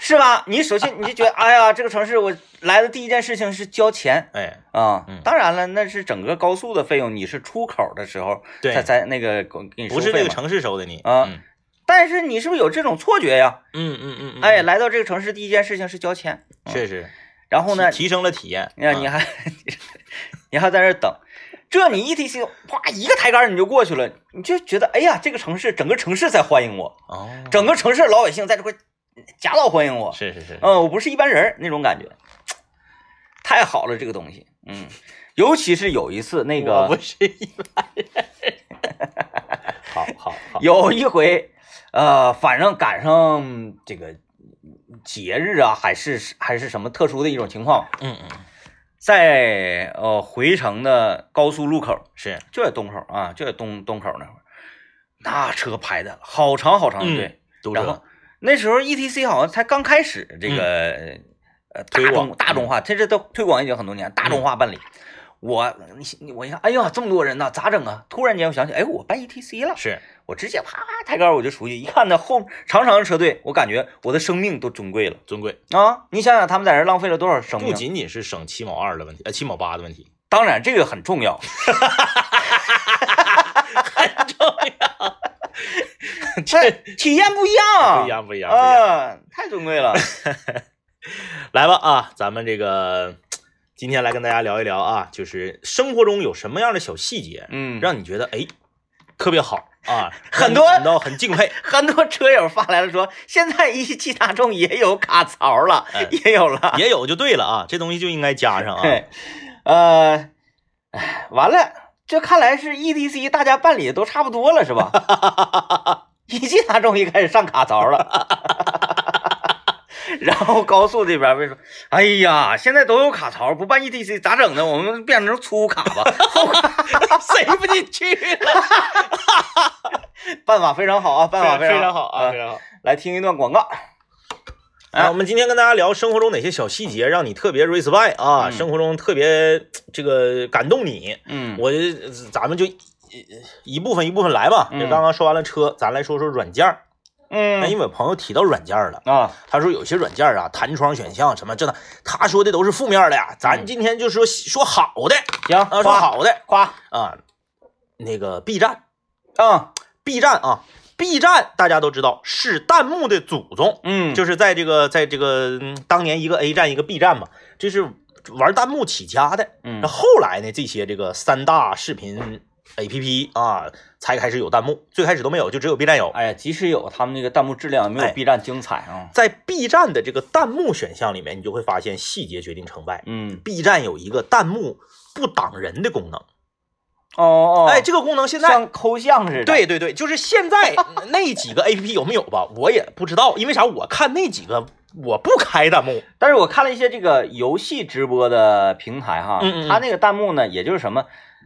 A: 是吧？你首先你就觉得，哎呀，这个城市我来的第一件事情是交钱
B: 嗯，哎，
A: 啊
B: 嗯。
A: 当然了，那是整个高速的费用，你是出口的时候
B: 对
A: 才才那个给你收
B: 不是这
A: 费
B: 个
A: 嘛。
B: 城市收的你
A: 啊
B: 嗯
A: 但是你是不是有这种错觉呀？
B: 嗯嗯嗯，嗯
A: 哎，，来到这个城市第一件事情是交钱，
B: 确实，
A: 然后呢，
B: 提提升了体验。
A: 你看，
B: 啊
A: 你还 [laughs] 你还在这儿等，这你一提醒，啪一个抬杆儿你就过去了，你就觉得哎呀，这个城市整个城市在欢迎我，
B: 哦，
A: 整个城市老百姓在这块夹道欢迎我，
B: 是是是，
A: 嗯，我不是一般人儿那种感觉，太好了这个东西，嗯，尤其是有一次那
B: 我
A: 个
B: 不是一般
A: [laughs]
B: 人。好好好，
A: 有一回，呃，反正赶上这个节日啊，还是还是什么特殊的一种情况，
B: 嗯嗯，
A: 在呃回城的高速路口。
B: 是，
A: 就在东口啊，就在东东口那会儿，那车排的好长好长的队。
B: 读
A: 然后
B: 者，
A: 那时候 E T C 好像才刚开始这个、呃大
B: 推广
A: 众嗯大众化，它这都推广已经很多年，大众化办理。我你我一看，哎呀，这么多人呐，咋整啊？突然间我想起，哎，我办 E T C 了，
B: 是，
A: 我直接啪抬杆我就出去，一看那后长长的车队，我感觉我的生命都珍贵了
B: 尊贵，
A: 啊！你想想他们在这儿浪费了多少生
B: 不
A: 命？
B: 仅仅是省七毛二的问题，呃，七毛八的问题，
A: 当然这个很重
B: [laughs]
A: 要，
B: [laughs]
A: 这体验不一样，
B: 不一样，不一样，不一样。
A: 啊，太尊贵
B: [laughs]
A: 了。
B: 来吧啊，咱们这个今天来跟大家聊一聊啊，就是生活中有什么样的小细节，
A: 嗯，让
B: 让你觉得哎特别好
A: [laughs]
B: 啊，
A: 很多
B: 感到很敬佩。
A: 很多车友发来了说，现在一汽大众也有卡槽了，
B: 哎
A: 也有了。
B: 也有就对了啊，这东西就应该加上啊。
A: [laughs] 嘿，呃，哎，完了，这看来是 E D C 大家办理的都差不多了，是吧？ [laughs] 一汽大众也开始上卡槽了。 [laughs] 然后高速这边为什么？哎呀，现在都有卡槽，不办 E D C 咋整呢？我们变成粗卡吧， [laughs] 后卡
B: 塞不进去了，
A: 办法非常 [laughs] 好啊，办法
B: 非常
A: 常
B: 好啊，非常好。
A: 来听一段广告。
B: 啊，我们今天跟大家聊生活中哪些小细节让你特别 respect 啊，
A: 嗯
B: 生活中特别这个感动你。
A: 嗯，
B: 我咱们就一一部分一部分来吧。
A: 嗯
B: 这刚刚说完了车，咱来说说软件儿。那
A: 嗯
B: 因为朋友提到软件儿了，
A: 啊，
B: 他说有些软件儿啊，弹窗选项什么这那，他说的都是负面的呀。咱今天就说说好的
A: 行，
B: 啊，说
A: 嗯夸
B: 好的
A: 夸，
B: 啊，那个 B 站。
A: 嗯
B: B 站啊，B 站大家都知道是弹幕的祖宗，
A: 嗯，
B: 就是在这个在这个、嗯当年一个 A 站一个 B 站嘛，这是玩弹幕起家的。
A: 嗯
B: 那后来呢，这些这个三大视频 APP 啊才开始有弹幕，最开始都没有，就只有 B 站有。
A: 哎呀，即使有他们那个弹幕质量，也没
B: 哎
A: 有 B 站精彩啊。
B: 在 B 站的这个弹幕选项里面，你就会发现细节决定成败。
A: 嗯，
B: B 站有一个弹幕不挡人的功能，
A: 哦哦，
B: 哎，这个功能现在
A: 像抠像似的。，
B: 对对对，就是现在那几个 A P P 有没有吧，我也不知道，因为啥？我看那几个我不开弹幕，
A: 但是我看了一些这个游戏直播的平台哈，
B: 嗯嗯嗯
A: 它那个弹幕呢，也就是什么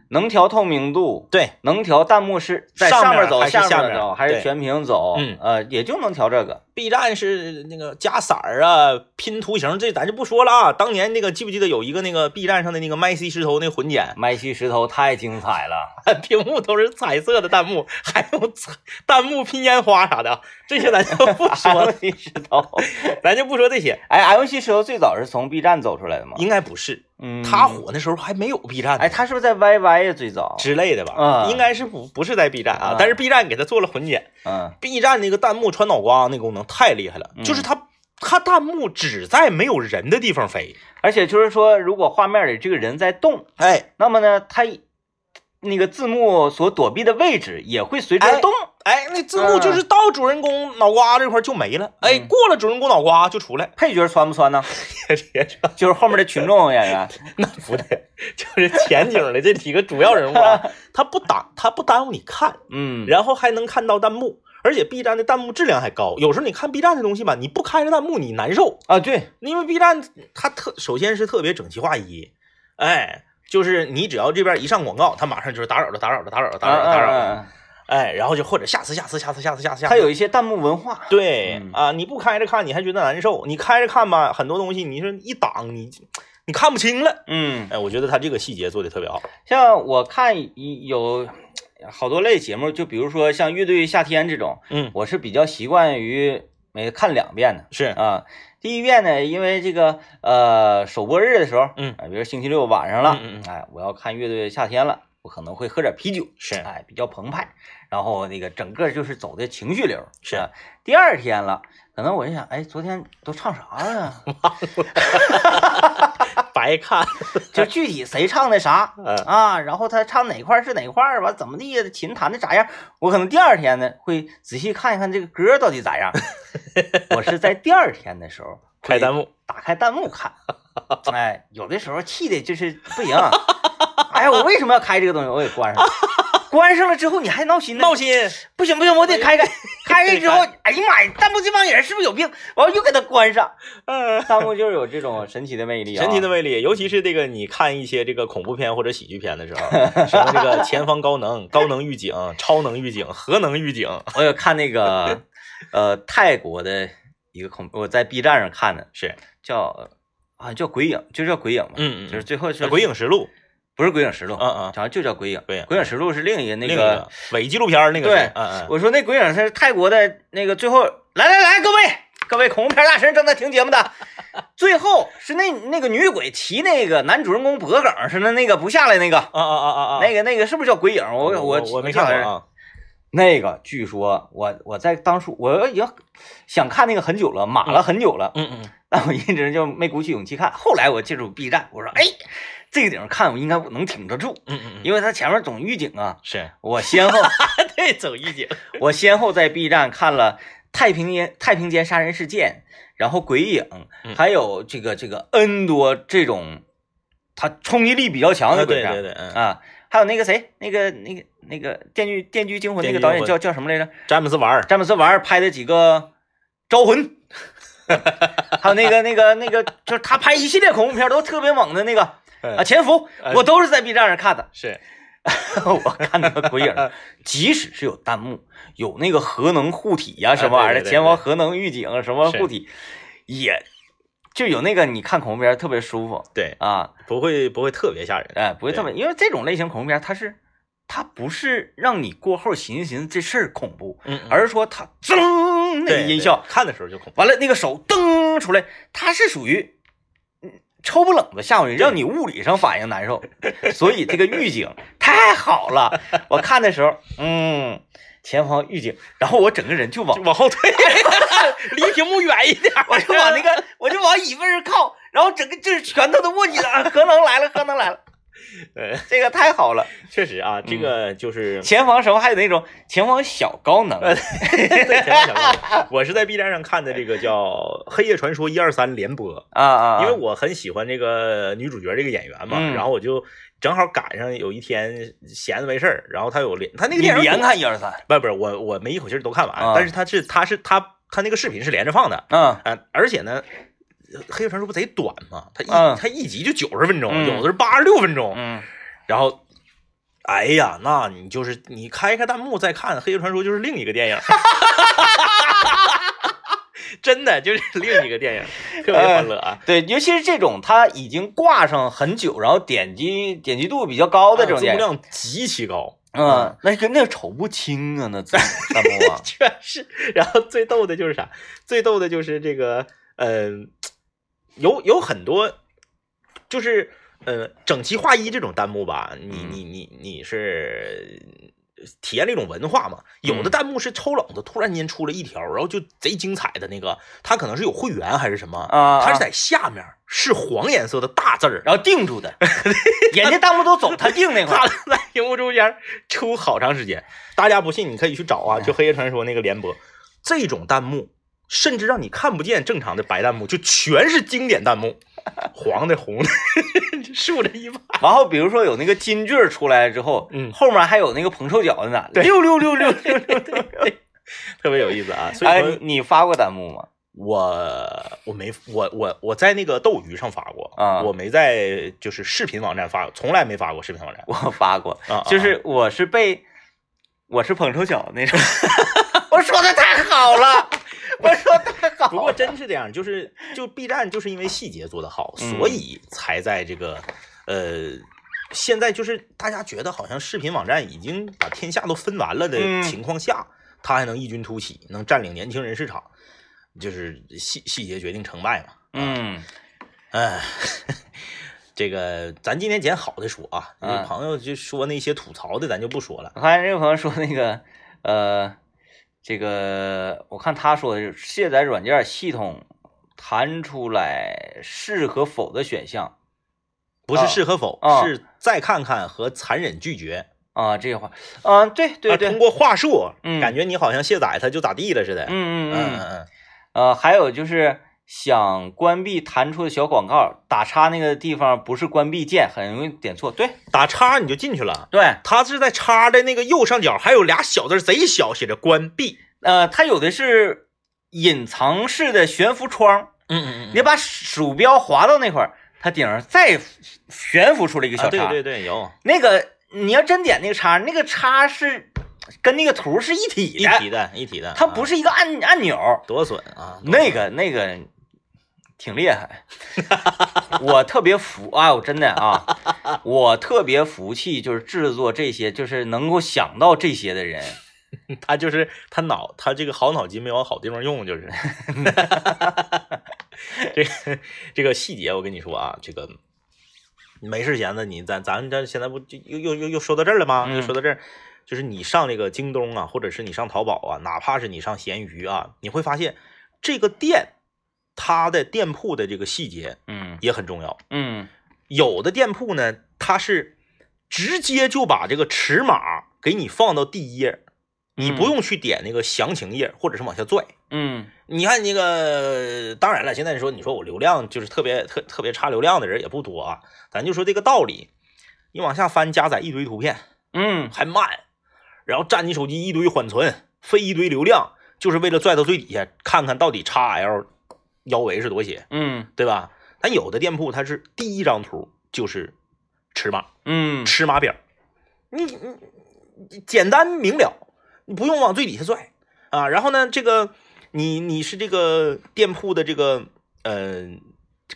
A: 能调透明度。
B: 对，
A: 能调弹幕是在
B: 上面
A: 面走，
B: 还是
A: 下
B: 下面
A: 走，还是
B: 对
A: 全屏走？
B: 嗯
A: 呃，也就能调这个。
B: B 站是那个加色儿啊，拼图形，这咱就不说了啊。当年那个记不记得有一个那个 B 站上的那个麦西石头那混剪， [laughs]
A: 麦西石头太精彩 [laughs] 了，
B: 屏幕都是彩色的弹幕，还有彩弹幕拼烟花啥的啊，这些咱就不 [laughs] 说了
A: 麦，西石头。 [laughs]
B: 咱就不说这些。
A: 哎，M C 石头最早是从 B 站走出来的嘛？
B: 应该不是，
A: 啊嗯，
B: 他火那时候还没有 B 站呢。
A: 哎，他是不是在 Y Y 呀？最早，
B: 之类的吧，
A: 啊
B: 应该是不不是在 B 站啊
A: 啊，
B: 但是 B 站给他做了混剪，
A: 嗯
B: B 站那个弹幕穿脑瓜那功能太厉害了，
A: 嗯
B: 就是它它弹幕只在没有人的地方飞，
A: 而且就是说，如果画面里这个人在动，
B: 哎
A: 那么呢，他那个字幕所躲避的位置也会随之而动。
B: 哎，那字幕就是到主人公脑瓜这块儿就没了，哎，
A: 嗯
B: 过了主人公脑瓜就出来， [laughs]
A: 配角穿不穿呢？
B: 别说
A: [laughs] 就是后面的群众演员。
B: 那不对， [laughs] 就是前景的这几个主要人物
A: [laughs]
B: 啊，他不挡他不耽误你看，
A: 嗯，
B: 然后还能看到弹幕，而且 B 站的弹幕质量还高，有时候你看 B 站的东西吧，你不开着弹幕你难受，
A: 啊，对，
B: 因为 B 站它特首先是特别整齐划一，
A: 嗯
B: 哎，就是你只要这边一上广告，它马上就是打扰了，打扰了，打扰了，打扰了，打扰了，打扰了。
A: 啊
B: 哎，然后就或者下次下次下次下次下次下次，
A: 它有一些弹幕文化，
B: 对
A: 嗯
B: 啊，你不开着看你还觉得难受，你开着看吧，很多东西你说一挡你你看不清了。
A: 嗯，
B: 哎，我觉得他这个细节做的特别好。
A: 像我看一有好多类节目，就比如说像乐队夏天这种，
B: 嗯，
A: 我是比较习惯于每看两遍的
B: 是，
A: 啊。第一遍呢，因为这个呃首播日的时候，
B: 嗯
A: 啊，比如星期六晚上了，
B: 嗯嗯嗯
A: 哎，我要看乐队夏天了，我可能会喝点啤酒，
B: 是
A: 哎，比较澎湃，然后那个整个就是走的情绪流。
B: 是
A: 啊第二天了，可能我就想，哎，昨天都唱啥了？
B: 白看，
A: 就具体谁唱的啥
B: [laughs] 嗯
A: 啊，然后他唱哪块儿是哪块儿吧，怎么地呀，琴弹的咋样？我可能第二天呢会仔细看一看这个歌到底咋
B: [laughs]
A: 样。我是在第二天的时候
B: 开弹
A: 幕，
B: 幕，
A: 打开弹幕
B: [laughs]
A: 看。哎，有的时候气的就是不行，哎呀，我为什么要开这个东西？我给关
B: [laughs]
A: 上了。关上了之后你还闹心呢，
B: 闹心，
A: 不行不行，我得 [laughs] 开开，开开之后，哎呀妈呀，弹幕这帮人是不是有病？完了又给他关上，
B: [laughs] 嗯、
A: 弹幕就是有这种神奇的魅力啊，
B: 神奇的魅力，尤其是这个你看一些这个恐怖片或者喜剧片的时候，什么这个前方高能、高能预警、超能预警、核能预警，
A: 我有看那 [laughs] 个呃泰国的一个恐，我在 B 站上看的，
B: 是，
A: 叫好像叫鬼影，就叫鬼影吧，
B: 嗯嗯
A: 就是最后是、
B: 《鬼影实录》
A: 不是鬼影实录，
B: 嗯嗯
A: 好像就叫啊鬼影，
B: 鬼影
A: 鬼影实录是另一个那
B: 另一个伪纪录片儿那个是，
A: 对
B: 嗯嗯，
A: 我说那鬼影是泰国的那个，最后来来来，各位各位恐怖片大神正在听节目的，最后是那那个女鬼骑那个男主人公脖梗似的那个不下来那个。
B: 啊啊啊啊啊，
A: 那个那个是不是叫鬼影？我
B: 我
A: 我
B: 我没看过
A: 过
B: 啊，
A: 那个据说我我在当初我已经想看那个很久了，码了很久了，
B: 嗯嗯，
A: 但我一直就没鼓起勇气看。后来我借助 B 站，我说哎，这个顶上看我应该能挺得住，
B: 嗯嗯嗯，
A: 因为它前面总预警啊。
B: 是，
A: 我先后
B: [laughs] 对，走预警， [laughs]
A: 我先后在 B 站看了《太平间太平间杀人事件》，然后《鬼影
B: 嗯》，
A: 还有这个这个 N 多这种，它冲击力比较强的
B: 对
A: 鬼
B: 对
A: 片
B: 对对，嗯，
A: 啊。还有那个谁，那个那个那个《电锯电锯惊魂》那
B: 电
A: 个
B: 锯
A: 导演
B: 惊魂
A: 叫叫什么来着？
B: 詹姆斯玩儿，
A: 詹姆斯·玩儿拍的几个《招魂》， [laughs] 还有那个那个那个，就是他拍一系列恐怖片都特别猛的那个
B: 嗯
A: 啊，《潜伏
B: 哎》，
A: 我都是在 B 站上看的。
B: 是，
A: [laughs] 我看那个鬼影，
B: [laughs]
A: 即使是有弹幕，有那个核能护体呀、什么玩意儿
B: 啊对对
A: 的，
B: 对
A: 前方核能预警啊什么
B: 是
A: 护体，也就有那个你看恐怖片特别舒服
B: 对，
A: 啊，
B: 不会不会特别吓人，
A: 哎，不会特别，因为这种类型恐怖片它是。它不是让你过后寻思寻思这事儿恐怖，
B: 嗯，嗯
A: 而是说它噌那个
B: 对
A: 音效，
B: 对看的时候就恐怖，
A: 完了那个手噔出来，它是属于嗯抽不冷子吓唬你，让你物理上反应难受， [laughs] 所以这个预警太好了。我看的时候，嗯，前方预警，然后我整个人就往
B: 就往后退， [laughs] 离屏幕远一点儿，
A: 我就往那个我就往椅背上靠，然后整个就是拳头都握紧了，啊核能来了，核能来了，
B: [laughs] 对。
A: 这个太好了。
B: 确实啊，
A: 嗯
B: 这个
A: [laughs]
B: 就是。
A: 前方什么还有那种前方小高能，
B: 呃对前面讲过我是在 B 站上看的这个叫《黑夜传说》一二三联播，
A: 啊啊，
B: 因为我很喜欢这个女主角这个演员嘛，
A: 嗯
B: 然后我就正好赶上有一天闲着没事儿，然后她有连她那个
A: 你
B: 电影
A: 连看一二三，
B: 不是不是我我没一口气儿都看完，
A: 啊
B: 但是她是她是她她那个视频是连着放的，
A: 嗯
B: 啊，而且呢，《黑夜传说》不贼短嘛，它一、
A: 嗯
B: 它一集就九十分钟，
A: 嗯
B: 有的是八十六分钟，
A: 嗯
B: 然后，哎呀，那你就是你开开弹幕再看《黑夜传说》，就是另一个电影， [laughs] 真的就是另一个电影，特别欢乐啊！
A: 对，尤其是这种他已经挂上很久，然后点击点击度比较高的这种
B: 字幕
A: 电影，
B: 量极其高，
A: 嗯，那跟那瞅不清啊，那字弹幕
B: [laughs]
A: 啊，
B: 确实。然后最逗的就是啥？最逗的就是这个，嗯、有有很多，就是呃，整齐划一这种弹幕吧，你
A: 嗯
B: 你你你是体验了一种文化嘛？有的
A: 嗯
B: 弹幕是抽冷子，突然间出了一条，然后就贼精彩的那个，它可能是有会员还是什么，
A: 啊
B: 它是在下面是黄颜色的大字儿，
A: 然后定
B: [laughs]
A: 住的，人家弹幕都走，他定那块
B: 他
A: 儿，
B: 在屏幕中间出好长时间。大家不信，你可以去找
A: 哎
B: 啊，就《黑夜传说》那个联播，这种弹幕甚至让你看不见正常的白弹幕，就全是经典弹幕，黄的、红的， [laughs] 竖着一排。
A: 然后比如说有那个金句儿出来之后，
B: 嗯
A: 后面还有那个捧臭脚的呢，六六六六
B: [laughs]
A: 六六六，
B: 特别有意思啊！所以
A: 哎，
B: 说
A: 你你发过弹幕吗？
B: 我我没我我我在那个斗鱼上发过
A: 啊
B: 我没在就是视频网站发，从来没发过视频网站
A: 我发过，
B: 啊。啊
A: 就是我是被我是捧臭脚那
B: [laughs]
A: 种。我说的太好了，我说得太好了。
B: 不过真是这样，就是就 B 站就是因为细节做得好，
A: 嗯
B: 所以才在这个呃，现在就是大家觉得好像视频网站已经把天下都分完了的
A: 嗯
B: 情况下，它还能异军突起，能占领年轻人市场，就是细细节决定成败嘛。
A: 嗯
B: 哎， [laughs] 这个咱今天捡好的说啊，有
A: 嗯
B: 朋友就说那些吐槽的，咱就不说了。
A: 我看这个朋友说那个，呃，这个我看他说的是卸载软件系统弹出来是和否的选项
B: 不是
A: 啊
B: 是和否，
A: 啊
B: 是再看看和残忍拒绝。
A: 啊，这话，啊，对对
B: 啊
A: 对，
B: 通过话术，
A: 嗯
B: 感觉你好像卸载它就咋地了似的。
A: 嗯嗯嗯，
B: 嗯
A: 呃，还有就是想关闭弹出的小广告，打叉那个地方不是关闭键，很容易点错。对
B: 打叉你就进去了。
A: 对，
B: 它是在叉的那个右上角还有俩小字儿贼小，写着关闭。
A: 呃，它有的是隐藏式的悬浮窗，
B: 嗯嗯
A: 你把鼠标滑到那块儿，它顶上再悬浮出了一个
B: 啊，
A: 小
B: 对
A: 叉。
B: 对对，有
A: 那个你要真点那个叉，那个叉是跟那个图是一体
B: 一
A: 的，
B: 体的，一体的，
A: 它不
B: 是
A: 是一个按按钮。
B: 多损啊。多
A: 那
B: 损
A: 个那个挺厉
B: [laughs]
A: 害，我特别服啊！我真的啊，我特别服气，就是制作这些，就是能够想到这些的人。
B: 他就是他脑他这个好脑筋没往好地方用，就是。这个这个细节我跟你说啊，这个没事闲的你咱咱咱现在不就又又又又说到这儿了吗？
A: 嗯
B: 又说到这儿，就是你上这个京东啊，或者是你上淘宝啊，哪怕是你上闲鱼啊，你会发现这个店它的店铺的这个细节
A: 嗯
B: 也很重要。
A: 嗯
B: 有的店铺呢，它是直接就把这个尺码给你放到第一页，你不用去点那个详情页，或者是往下拽。
A: 嗯
B: 你看那个，当然了，现在说你说我流量就是特别特特别差流量的人也不多啊，咱就说这个道理，你往下翻加载一堆图片
A: 嗯
B: 还慢，然后占你手机一堆缓存，费一堆流量，就是为了拽到最底下看看到底 XL 腰围是多写，
A: 嗯
B: 对吧？但有的店铺它是第一张图就是尺码，
A: 嗯
B: 尺码表，你你你简单明了，你不用往最底下拽啊。然后呢，这个你你是这个店铺的这个呃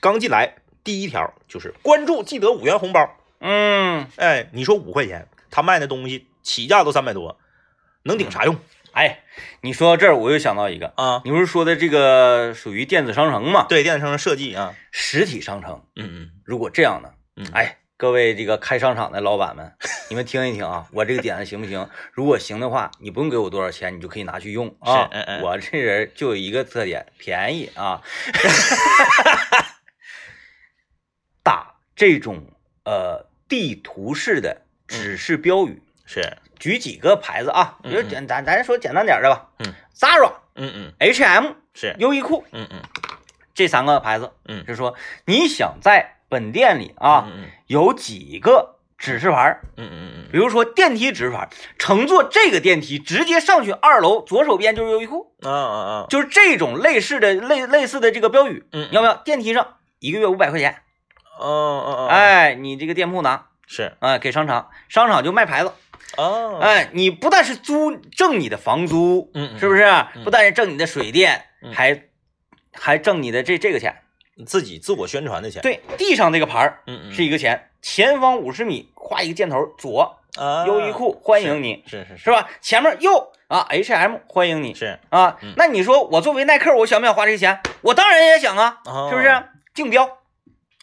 B: 刚进来第一条就是关注记得五元红包，
A: 嗯，
B: 哎，你说五块钱，他卖的东西起价都三百多，能顶啥用
A: 哎，你说到这儿，我又想到一个，
B: 啊？
A: 你不是说的这个属于电子商城吗？
B: 对，电子商城设计啊，
A: 实体商城
B: 嗯
A: 如果这样呢？
B: 嗯哎，
A: 哎，各位这个开商场的老板们，你们听一听啊，我这个点子行不行？如果行的话，你不用给我多少钱，你就可以拿去用啊。
B: 是嗯嗯
A: 我这人就有一个特点，便宜啊。 [laughs] 打这种呃地图式的
B: 嗯
A: 指示标语，
B: 是，
A: 举几个牌子啊，比
B: 嗯
A: 如简咱咱说简单点儿的吧，
B: 嗯
A: ，Zara、
B: 嗯嗯
A: H&M、
B: 是，
A: 优衣库
B: 嗯嗯
A: 这三个牌子，
B: 嗯
A: 就说你想在本店里啊。
B: 嗯
A: 有几个指示牌儿，
B: 嗯嗯
A: 比如说电梯指示牌儿，乘坐这个电梯直接上去二楼，左手边就是优衣库，
B: 嗯啊啊啊，
A: 就是这种类似的类类似的这个标语，
B: 嗯
A: 要不要？电梯上一个月五百块钱，
B: 嗯嗯嗯，，
A: 哎，你这个店铺拿，
B: 是
A: 哎，给商场，商场就卖牌子，
B: 哦，，
A: 哎，你不但是租挣你的房租，
B: 嗯
A: 是不
B: 是？
A: 是？不但是挣你的水电，
B: 嗯
A: 还还挣你的这这个钱，
B: 自己自我宣传的钱。
A: 对，地上这个牌儿
B: 嗯嗯，
A: 是一个钱，前方五十米画一个箭头，左
B: 啊，
A: 优衣库欢迎你。
B: 是是
A: 是吧？前面右啊，H&M 欢迎你
B: 是是，
A: 啊
B: 嗯。
A: 那你说我作为耐克，我想不想花这个钱？我当然也想啊，
B: 哦
A: 是不是？竞标，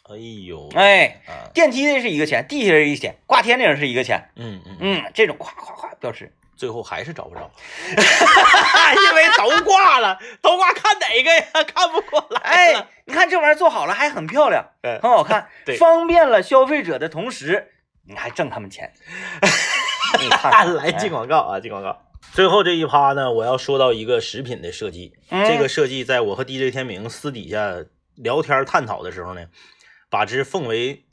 B: 哎呦，
A: 哎，
B: 啊，
A: 电梯这是一个钱，地下是一个钱，挂天顶是一个钱，
B: 嗯嗯嗯，
A: 嗯，这种夸夸夸标识，
B: 最后还是找不着， [laughs] 因为都挂了，都挂看哪个呀？看不过来
A: 哎
B: 了。，
A: 你看这玩意儿做好了还很漂亮，
B: 哎
A: 很好看
B: [laughs] 对，
A: 方便了消费者的同时，你还挣他们
B: [laughs]
A: 钱。你看
B: 啊
A: 看，
B: 来进
A: 哎
B: 广告啊，进广告。最后这一趴呢，我要说到一个食品的设计。
A: 嗯
B: 这个设计在我和 DJ 天明私底下聊天探讨的时候呢，把之奉为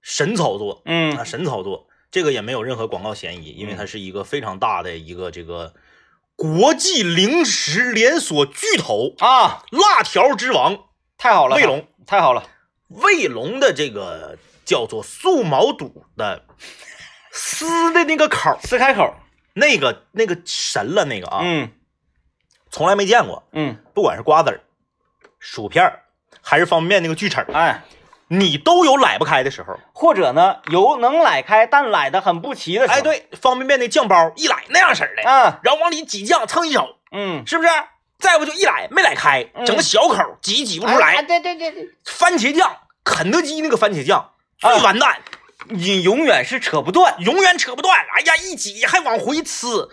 B: 神操作。啊，
A: 嗯
B: 神操作，这个也没有任何广告嫌疑，因为它是一个非常大的一个这个国际零食连锁巨头，
A: 啊，
B: 辣条之王
A: 太好了，
B: 卫龙，
A: 太好了，
B: 卫龙的这个叫做素毛肚的撕的那个口儿，
A: 撕开口，
B: 那个那个神了，那个啊，
A: 嗯
B: 从来没见过。
A: 嗯，
B: 不管是瓜子儿、薯片儿，还是方便面那个锯齿儿，
A: 哎，
B: 你都有奶不开的时候。
A: 或者呢，油能奶开，但奶的很不齐的时候，
B: 哎，，对，方便面那酱包一奶那样式儿的，
A: 啊，
B: 然后往里挤酱蹭一手，
A: 嗯，
B: 是不是？再不就一奶没奶开，
A: 嗯
B: 整个小口挤挤不出
A: 哎
B: 来。
A: 对对对对，
B: 番茄酱，肯德基那个番茄酱最
A: 啊
B: 完蛋，
A: 你永远是扯不断，
B: 永远扯不断。哎呀，一挤还往回呲。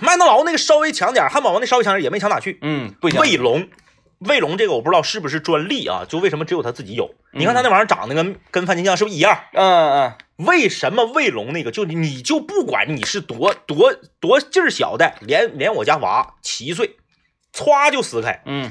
B: 麦当劳那个稍微强点儿，汉堡王那稍微强点儿也没强哪去。
A: 嗯，不行，
B: 卫龙，卫龙这个我不知道是不是专利啊？就为什么只有他自己有？你看他那玩意儿长得跟跟番茄酱是不是一样？
A: 嗯嗯，
B: 为什么卫龙那个就你就不管你是多多多劲儿小的，连连我家娃七岁，歘就撕开，
A: 嗯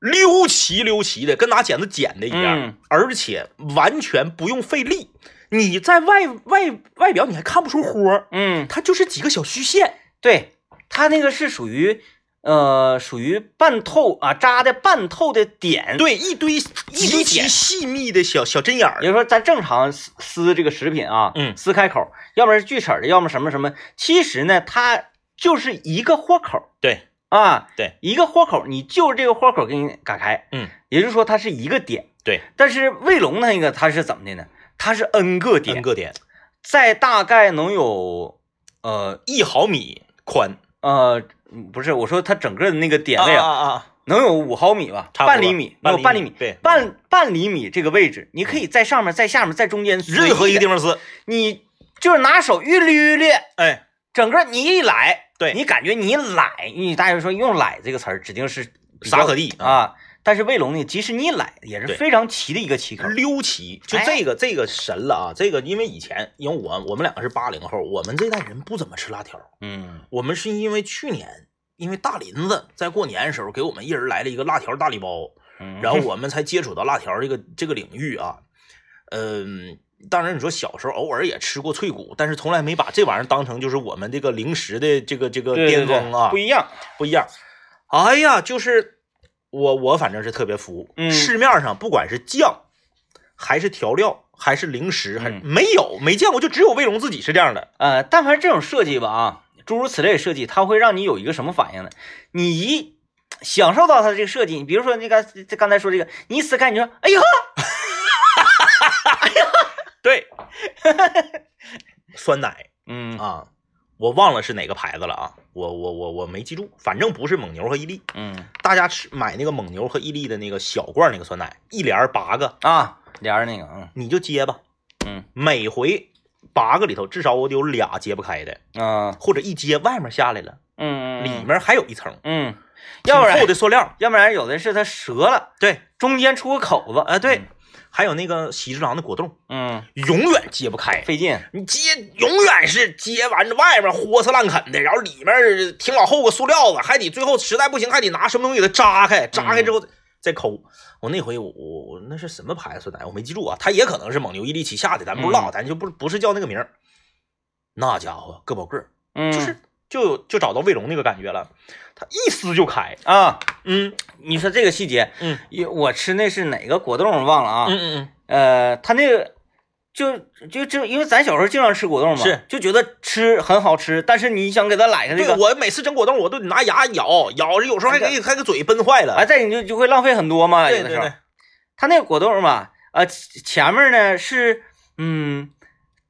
B: 溜齐溜齐的，跟拿剪子剪的一样，
A: 嗯
B: 而且完全不用费力。你在外外外表你还看不出豁儿，
A: 嗯，
B: 它就是几个小虚线。
A: 对，它那个是属于呃，属于半透啊，扎的半透的点，
B: 对，一堆极其
A: 点
B: 细密的小小针眼儿
A: 也。就是说，咱正常撕撕这个食品啊，
B: 嗯
A: 撕开口，要不然是锯齿儿的，要么什么什么。其实呢，它就是一个豁口
B: 对，
A: 啊，
B: 对，
A: 一个豁口，你就这个豁口给你打开，
B: 嗯，
A: 也就是说它是一个点。
B: 对，
A: 但是卫龙那个它是怎么的呢？它是 n 个点，
B: n 个点，
A: 在大概能有呃
B: 一毫米宽
A: 呃，不是，我说它整个的那个点位
B: 啊啊啊，
A: 能有五毫米吧，
B: 差不多
A: 半厘米，能有
B: 半
A: 半
B: 厘
A: 厘
B: 米
A: 米，
B: 对
A: 半半厘米这个位置，你可以在上面，在下面，在中间，随意
B: 任何一个
A: 地
B: 地方撕，
A: 你就是拿手一捋一捋，
B: 哎，
A: 整个你一来，
B: 对
A: 你感觉你懒，你大家说用“懒”这个词儿，指定是比较
B: 沙可地啊，
A: 啊。但是卫龙呢，即使你懒，也
B: 对
A: 是非常齐的一个齐口。
B: 溜齐，就
A: 哎
B: 这个这个神了啊！这个因为以前，因为我我们两个是八零后，我们这代人不怎么吃辣条，
A: 嗯
B: 我们是因为去年。因为大林子在过年的时候给我们一人来了一个辣条大礼包，
A: 嗯
B: 然后我们才接触到辣条这个这个领域啊。嗯，当然你说小时候偶尔也吃过脆骨，但是从来没把这玩意儿当成就是我们这个零食的这个这个
A: 对对
B: 巅
A: 对
B: 峰啊，
A: 不一样。
B: 不一样。哎呀，就是我我反正是特别服，
A: 嗯
B: 市面上不管是酱还是调料还是零食，还、
A: 嗯
B: 没有没见过，就只有卫龙自己是这样的。
A: 呃，但凡这种设计吧啊，诸如此类的设计，它会让你有一个什么反应呢？你一享受到它的这个设计，你比如说那个这刚才说这个，你一撕开，你说哎呦， [laughs]
B: 对，酸奶
A: 嗯
B: 啊，我忘了是哪个牌子了啊，我我我我没记住，反正不是蒙牛和伊利。
A: 嗯
B: 大家吃买那个蒙牛和伊利的那个小罐那个酸奶，一连儿八个，
A: 啊，帘儿那个嗯
B: 你就接吧。
A: 嗯
B: 每回八个里头，至少我得有俩揭不开的，
A: 啊
B: 或者一揭外面下来了，
A: 嗯嗯
B: 里
A: 嗯
B: 面还有一层。
A: 嗯，要不然
B: 挺厚的塑料，
A: 要不然有的是它折了，
B: 对，
A: 中间出个口子，
B: 啊、对，还有那个喜之郎的果冻，
A: 嗯，
B: 永远揭不开，
A: 费劲，
B: 你揭永远是揭完外面豁哧烂啃的，然后里面挺老厚个塑料子，还得最后实在不行还得拿什么东西给它扎开，扎开之后再再抠。我那回我我那是什么牌子的奶，我没记住啊，它也可能是蒙牛伊利旗下的，咱不知道，咱就不不是叫那个名儿。那家伙个保个儿，
A: 嗯，
B: 就是就就找到卫龙那个感觉了，它一撕就开，
A: 啊，
B: 嗯
A: 你说这个细节，
B: 嗯
A: 也我吃那是哪个果冻我忘了啊，
B: 嗯嗯
A: 呃，他那个就就就因为咱小时候经常吃果冻嘛，
B: 是
A: 就觉得吃很好吃，但是你想给它揽开这
B: 对
A: 个，
B: 我每次整果冻，我都得拿牙咬，咬着有时候还给还给嘴崩坏
A: 哎，
B: 了。
A: 再你就就会浪费很多嘛，
B: 对
A: 有
B: 对
A: 的时候
B: 对，，
A: 他那个果冻嘛，呃，前前面呢是嗯。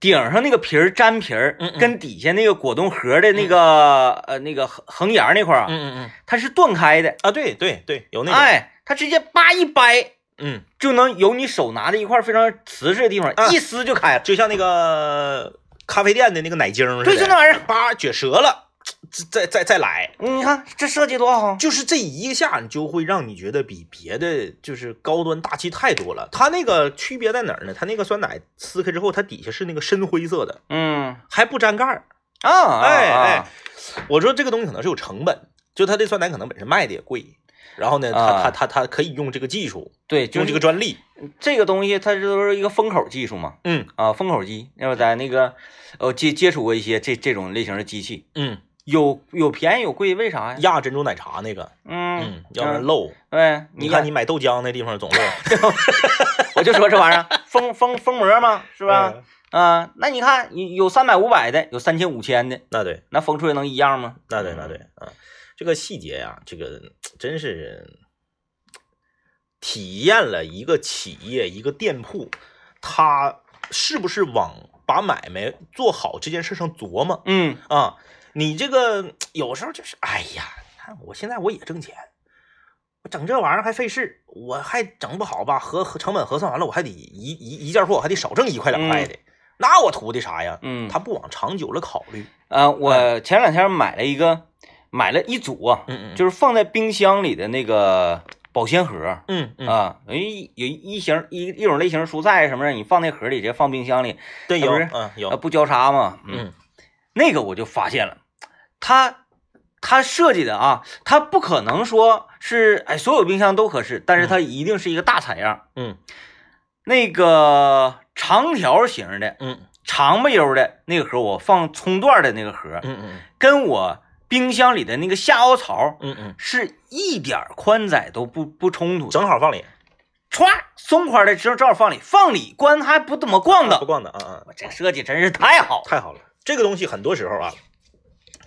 A: 顶上那个皮儿粘皮儿
B: 嗯嗯，
A: 跟底下那个果冻盒的那个、呃那个横横沿儿那块儿啊，
B: 嗯嗯嗯
A: 它是断开的，
B: 啊，对对对，有那种，
A: 哎，它直接叭一掰
B: 嗯，
A: 就能有你手拿的一块非常瓷实的地方，
B: 啊
A: 一撕就开了，
B: 就像那个咖啡店的那个奶精似的，
A: 对，就那玩意儿，
B: 叭撅折了，再再再来，
A: 你看这设计多好，
B: 就是这一下，你就会让你觉得比别的就是高端大气太多了。它那个区别在哪儿呢？它那个酸奶撕开之后，它底下是那个深灰色的，
A: 嗯。
B: 还不粘盖儿。
A: 啊，
B: 哎
A: 啊
B: 哎，，我说这个东西可能是有成本，就它这酸奶可能本身卖的也贵，然后呢，它
A: 啊
B: 它它它可以用这个技术，
A: 对，就
B: 用
A: 是
B: 这个专利，
A: 这个东西，它这都是一个封口技术嘛，
B: 嗯
A: 啊，封口机。那会儿在那个，呃，接接触过一些这这种类型的机器，
B: 嗯，
A: 有有便宜有贵，为啥呀？
B: 压嗯珍珠奶茶那个，
A: 嗯
B: 嗯，，要不然漏。
A: 对，
B: 你
A: 看
B: 看你，买豆浆那地方总漏，
A: [laughs] 我就说这玩意儿封封封膜嘛，是
B: 是
A: 吧？？
B: 嗯
A: 啊，那你看你有三百五百的，有三千五千的，
B: 那对，
A: 那风吹能一样吗？
B: 那对，那对啊，这个细节呀、这个真是体验了一个企业、一个店铺，它是不是往把买卖做好这件事上琢磨
A: 嗯，
B: 啊？你这个有时候就是，哎呀，你看我现在我也挣钱，我整这玩意儿还费事，我还整不好吧？合合成本核算完了，我还得一一一件货，我还得少挣一块两块的，那我图的啥呀？
A: 嗯，
B: 他不往长久了考虑，
A: 啊，我前两天买了一个，买了一组啊，
B: 嗯嗯，
A: 就是放在冰箱里的那个保鲜盒。
B: 嗯嗯，
A: 啊，有一有一型一一种类型蔬菜什么的，你放那盒里，直接放冰箱里，
B: 对，
A: 啊
B: 有，
A: 不是
B: 嗯有
A: 呃，，不交叉嘛。，
B: 嗯
A: 那个我就发现了，它它设计的啊，它不可能说是哎所有冰箱都合适，但是它一定是一个大采样。
B: 嗯
A: 那个长条形的
B: 嗯
A: 长不悠的那个盒，我放葱段的那个盒，
B: 嗯嗯
A: 跟我冰箱里的那个下凹槽
B: 嗯嗯，
A: 是一点儿宽窄都不不冲突的，
B: 正好放里，
A: 歘松快的正正好放里，放里关还不怎么逛
B: 不
A: 的，
B: 逛的啊啊，
A: 这设计真是太好了。
B: 太好了！这个东西很多时候啊，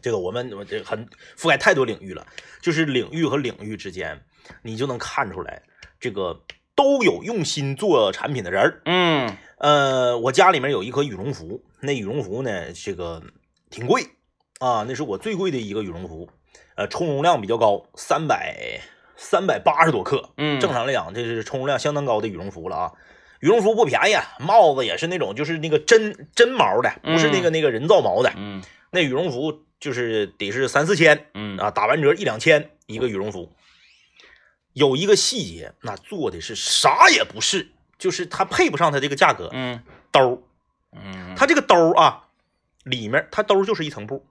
B: 这个我们我这很覆盖太多领域了，就是领域和领域之间，你就能看出来这个都有用心做产品的人儿。
A: 嗯
B: 呃，我家里面有一颗羽绒服，那羽绒服呢，这个挺贵啊，那是我最贵的一个羽绒服，呃，充绒量比较高，三百三百八十多克，
A: 嗯，
B: 正常来讲，这是充绒量相当高的羽绒服了啊。羽绒服不便宜啊，帽子也是那种就是那个真真毛的，不是那个那个人造毛的。
A: 嗯
B: 那羽绒服就是得是三四千
A: 嗯
B: 啊，打完折一两千一个羽绒服。有一个细节，那做的是啥也不是，就是它配不上它这个价格。
A: 嗯
B: 兜儿，
A: 嗯，
B: 它这个兜儿啊，里面它兜儿就是一层布，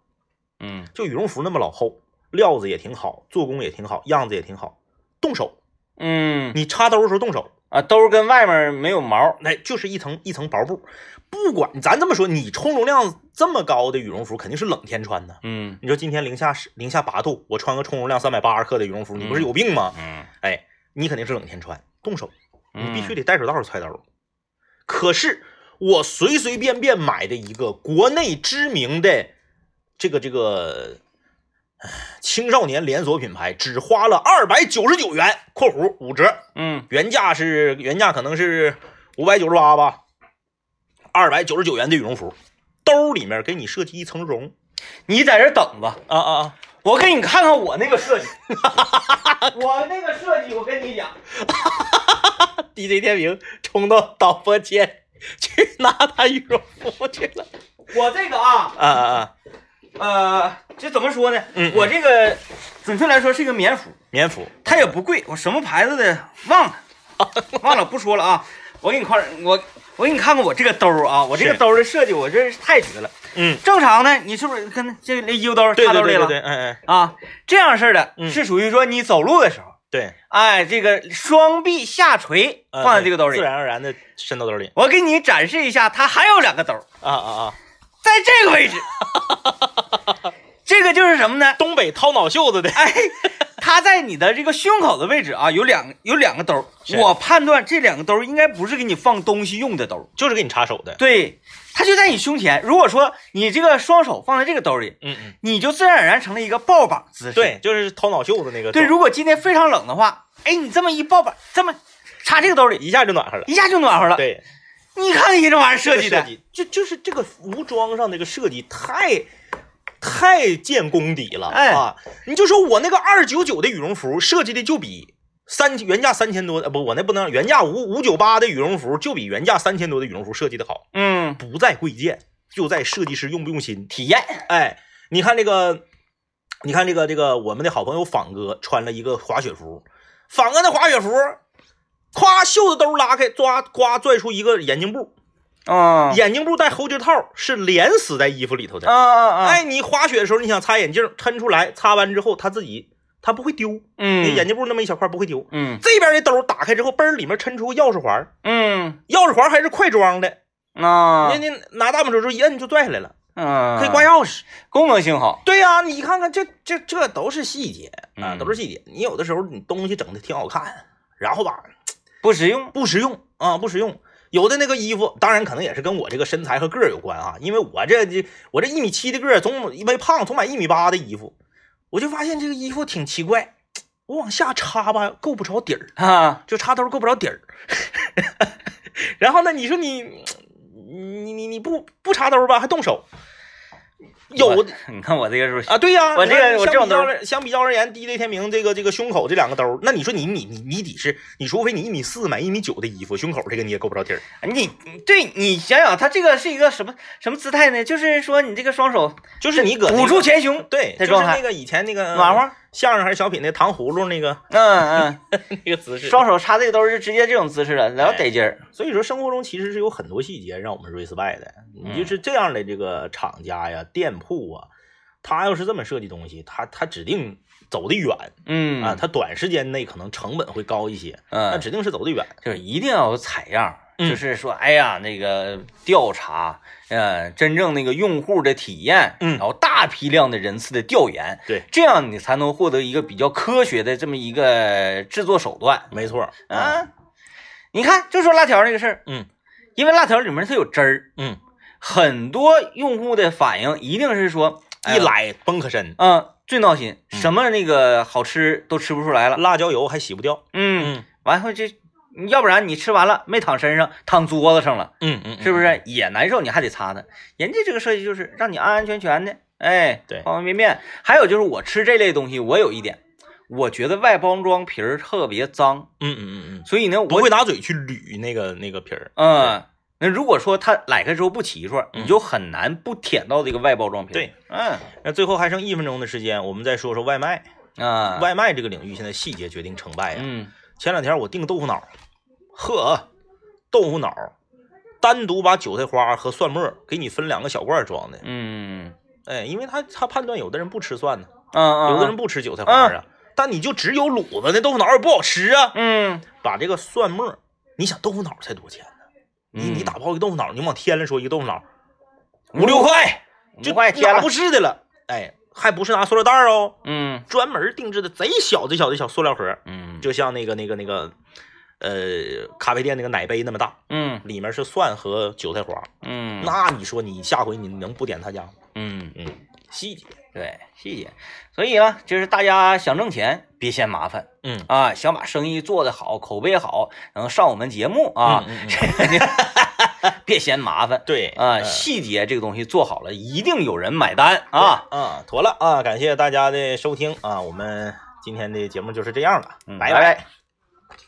A: 嗯
B: 就羽绒服那么老厚，料子也挺好，做工也挺好，样子也挺好。动手，
A: 嗯
B: 你插兜儿的时候动手，
A: 啊，兜跟外面没有毛，
B: 那就是一层一层薄布。不管咱这么说，你充绒量这么高的羽绒服肯定是冷天穿的。
A: 嗯
B: 你说今天零下十零下八度，我穿个充绒量三百八十克的羽绒服，你不是有病吗？
A: 嗯，
B: 哎，你肯定是冷天穿，动手，你必须
A: 得
B: 得戴手套揣兜儿。可是我随随便便买的一个国内知名的这个这个唉青少年连锁品牌，只花了二百九十九元（括弧五折）。
A: 嗯
B: 原价是原价可能是五百九十八吧，二百九十九元的羽绒服，兜里面给你设计一层绒
A: 你在这儿等吧，
B: 啊啊
A: 我给你看看我那个设
B: [laughs]
A: 计，我那个设计，我跟你讲，
B: 啊！DJ 天明冲到导播间去拿他羽绒服去了
A: 我这个啊，
B: 啊啊啊！
A: 呃，这怎么说呢？
B: 嗯
A: 我这个准确来说是一个棉服，
B: 棉服，
A: 它也不贵，我什么牌子的忘
B: [laughs]
A: 了，忘了不说了啊。我给你看，我我给你看看我这个兜儿啊，我这个
B: 是
A: 兜儿的设计，我这是太绝了。
B: 嗯，
A: 正常呢，你是不是跟这个衣服兜儿
B: 对
A: 插
B: 对
A: 兜里
B: 对对
A: 了
B: 对，哎哎
A: 啊？这样式的
B: 嗯
A: 是属于说你走路的时候，
B: 对，
A: 哎，这个双臂下垂
B: 呃
A: 放在这个兜里
B: 自。然而然的伸到兜里
A: 我给你展示一下，它还有两个兜儿，
B: 啊啊啊！
A: 在这个位
B: [laughs]
A: 置，这个就是什么呢？
B: 东北掏脑袖子的，
A: [laughs] 哎，它在你的这个胸口的位置啊，有两有两个兜儿
B: 是，
A: 我判断这两个兜儿应该不是给你放东西用的兜儿，
B: [laughs] 就是给你插手的，
A: 对，它就在你胸前。如果说你这个双手放在这个兜儿里，
B: 嗯嗯，
A: 你就自然而然成了一个抱膀姿势。
B: 对，就是掏脑袖子那个，
A: 对，，如果今天非常冷的话，哎，你这么一抱膀，这么插这个兜里，
B: 一下就暖和了，
A: 一下就暖和了。
B: 对。
A: 你看看你这玩意儿设计
B: 这个
A: 的
B: 啊设，计，就就是这个服装上这个设计太太见功底了，
A: 哎
B: 啊，你就说我那个二九九的羽绒服设计的就比。三原价三千多，呃不，我那不能原价五五九八的羽绒服就比原价三千多的羽绒服设计的好，
A: 嗯，
B: 不在贵贱，就在设计师用不用心。
A: 体验，
B: 哎，你看这个，你看这个这个，我们的好朋友仿哥穿了一个滑雪服，仿哥那滑雪服，夸袖子兜拉开，抓呱拽出一个眼镜布，
A: 嗯，
B: 眼镜布带猴筋套是连死在衣服里头
A: 啊
B: 的。
A: 啊啊，，
B: 哎，你滑雪的时候，你想擦眼镜，抻出来，擦完之后它自己它不会丢，那
A: 嗯，
B: 眼，镜布那么一小块不会丢。
A: 嗯
B: 这边的兜打开之后，嘣儿里面抻出个钥匙环，
A: 嗯，
B: 钥匙环还是快装的，
A: 啊
B: 那，那拿大拇指头一摁就拽下来了，
A: 嗯，
B: 可以挂钥匙。
A: 功能性好，
B: 对呀、你看看这这这都是细节啊，
A: 嗯
B: 都是细节。你有的时候你东西整的挺好看，然后吧
A: 不实用，
B: 不实用啊，不实用。有的那个衣服，当然可能也是跟我这个身材和个儿有关啊，因为我这这我这一米七的个儿，总因为胖总买一米八的衣服，我就发现这个衣服挺奇怪，我往下插吧够不着底儿，
A: 啊，
B: 就插兜够不着底儿。 [laughs] 然后呢，你说你你你你不不插兜吧，还动手，有的
A: 你看我这 [laughs] 个是不是？
B: 啊，对呀、
A: 我这个
B: 你
A: 我这
B: 相
A: 种
B: 比较
A: 兜儿
B: 而相比较而言，地雷天明这个这个胸口这两个兜儿，那你说你你你你得是，你除非你一米四买一米九的衣服，胸口这个你也够不着底儿。
A: 你对你想想，他这个是一个什么什么姿态呢？就是说你这个双手
B: 就是你搁那
A: 捂
B: 个
A: 住前胸，
B: 对，
A: 那
B: 就是
A: 状态
B: 那个以前那个
A: 暖和，
B: 相声还是小品那糖葫芦
A: [laughs]
B: 那个
A: 嗯嗯，
B: 那个姿势。
A: 双手插这个兜儿就直接这种姿势了，老得劲儿。
B: 所以说生活中其实是有很多细节让我们 respect 的，
A: 嗯
B: 你就是这样的这个厂家呀、店铺啊，他要是这么设计东西，他他指定走得远
A: 嗯
B: 啊，他短时间内可能成本会高一些，那
A: 嗯，
B: 指定是走得远。
A: 就是一定要有采样，
B: 嗯
A: 就是说，哎呀，那个调查，呃，真正那个用户的体验，
B: 嗯
A: 然后大批量的人次的调研，
B: 对，
A: 这样你才能获得一个比较科学的这么一个制作手段
B: 没错，啊，
A: 啊。你看，就说辣条这个事儿，
B: 嗯
A: 因为辣条里面它有汁儿，
B: 嗯，
A: 很多用户的反应一定是说，哎
B: 一
A: 呀，
B: 来崩可深，
A: 嗯、最闹心，什么那个好吃都吃不出来了，
B: 辣椒油还洗不掉。
A: 嗯，
B: 嗯
A: 完后这，要不然你吃完了没躺身上，躺桌子上了。
B: 嗯嗯，
A: 是不
B: 嗯？
A: 是也难受？你还得擦它。人家这个设计就是让你安安全全的，哎，
B: 对
A: 方方面面。还有就是我吃这类东西，我有一点，我觉得外包装皮儿特别脏，
B: 嗯嗯嗯嗯，
A: 所以呢，
B: 不
A: 我
B: 会拿嘴去捋那个那个皮儿。
A: 嗯，那如果说它来开之后不齐刷，
B: 嗯
A: 你就很难不舔到这个外包装皮。
B: 对，
A: 嗯
B: 那最后还剩一分钟的时间，我们再说说外卖。
A: 啊，
B: 外卖这个领域现在细节决定成败呀。啊
A: 嗯
B: 前两天我订豆腐脑，呵，啊豆腐脑单独把韭菜花和蒜末给你分两个小罐装的，
A: 嗯
B: 哎，因为他他判断有的人不吃蒜呢，
A: 啊啊，
B: 有的人不吃韭菜花啊，但你就只有卤子那豆腐脑也不好吃啊。
A: 嗯，
B: [laughs] 把这个蒜末，你想豆腐脑才多钱呢？你你
A: 嗯
B: 打包一个豆腐脑，你往天了说一个豆腐脑
A: 五
B: 五六
A: 六
B: 块，
A: 就
B: 就
A: 快贴
B: 哪
A: 了
B: 不，是的了，哎，还不是拿塑料袋儿哦，
A: 嗯
B: 专门定制的贼小贼小的小塑料盒，
A: 嗯
B: 就像那个那个那个，呃，咖啡店那个奶杯那么大，
A: 嗯
B: 里面是蒜和韭菜花。
A: 嗯
B: 那你说你下回你能不点他家吗？
A: 嗯。
B: 嗯，细节。
A: 对，细节。所以呢，就是大家想挣钱，别嫌麻烦
B: 嗯
A: 啊，想把生意做得好，口碑好，能上我们节目啊，
B: 嗯嗯嗯
A: 这个别嫌麻烦
B: [laughs] 对
A: 啊。
B: 嗯
A: 细节这个东西做好了，一定有人买单啊。
B: 啊，妥了啊！感谢大家的收听啊，我们今天的节目就是这样了，
A: 嗯
B: 拜
A: 拜
B: 拜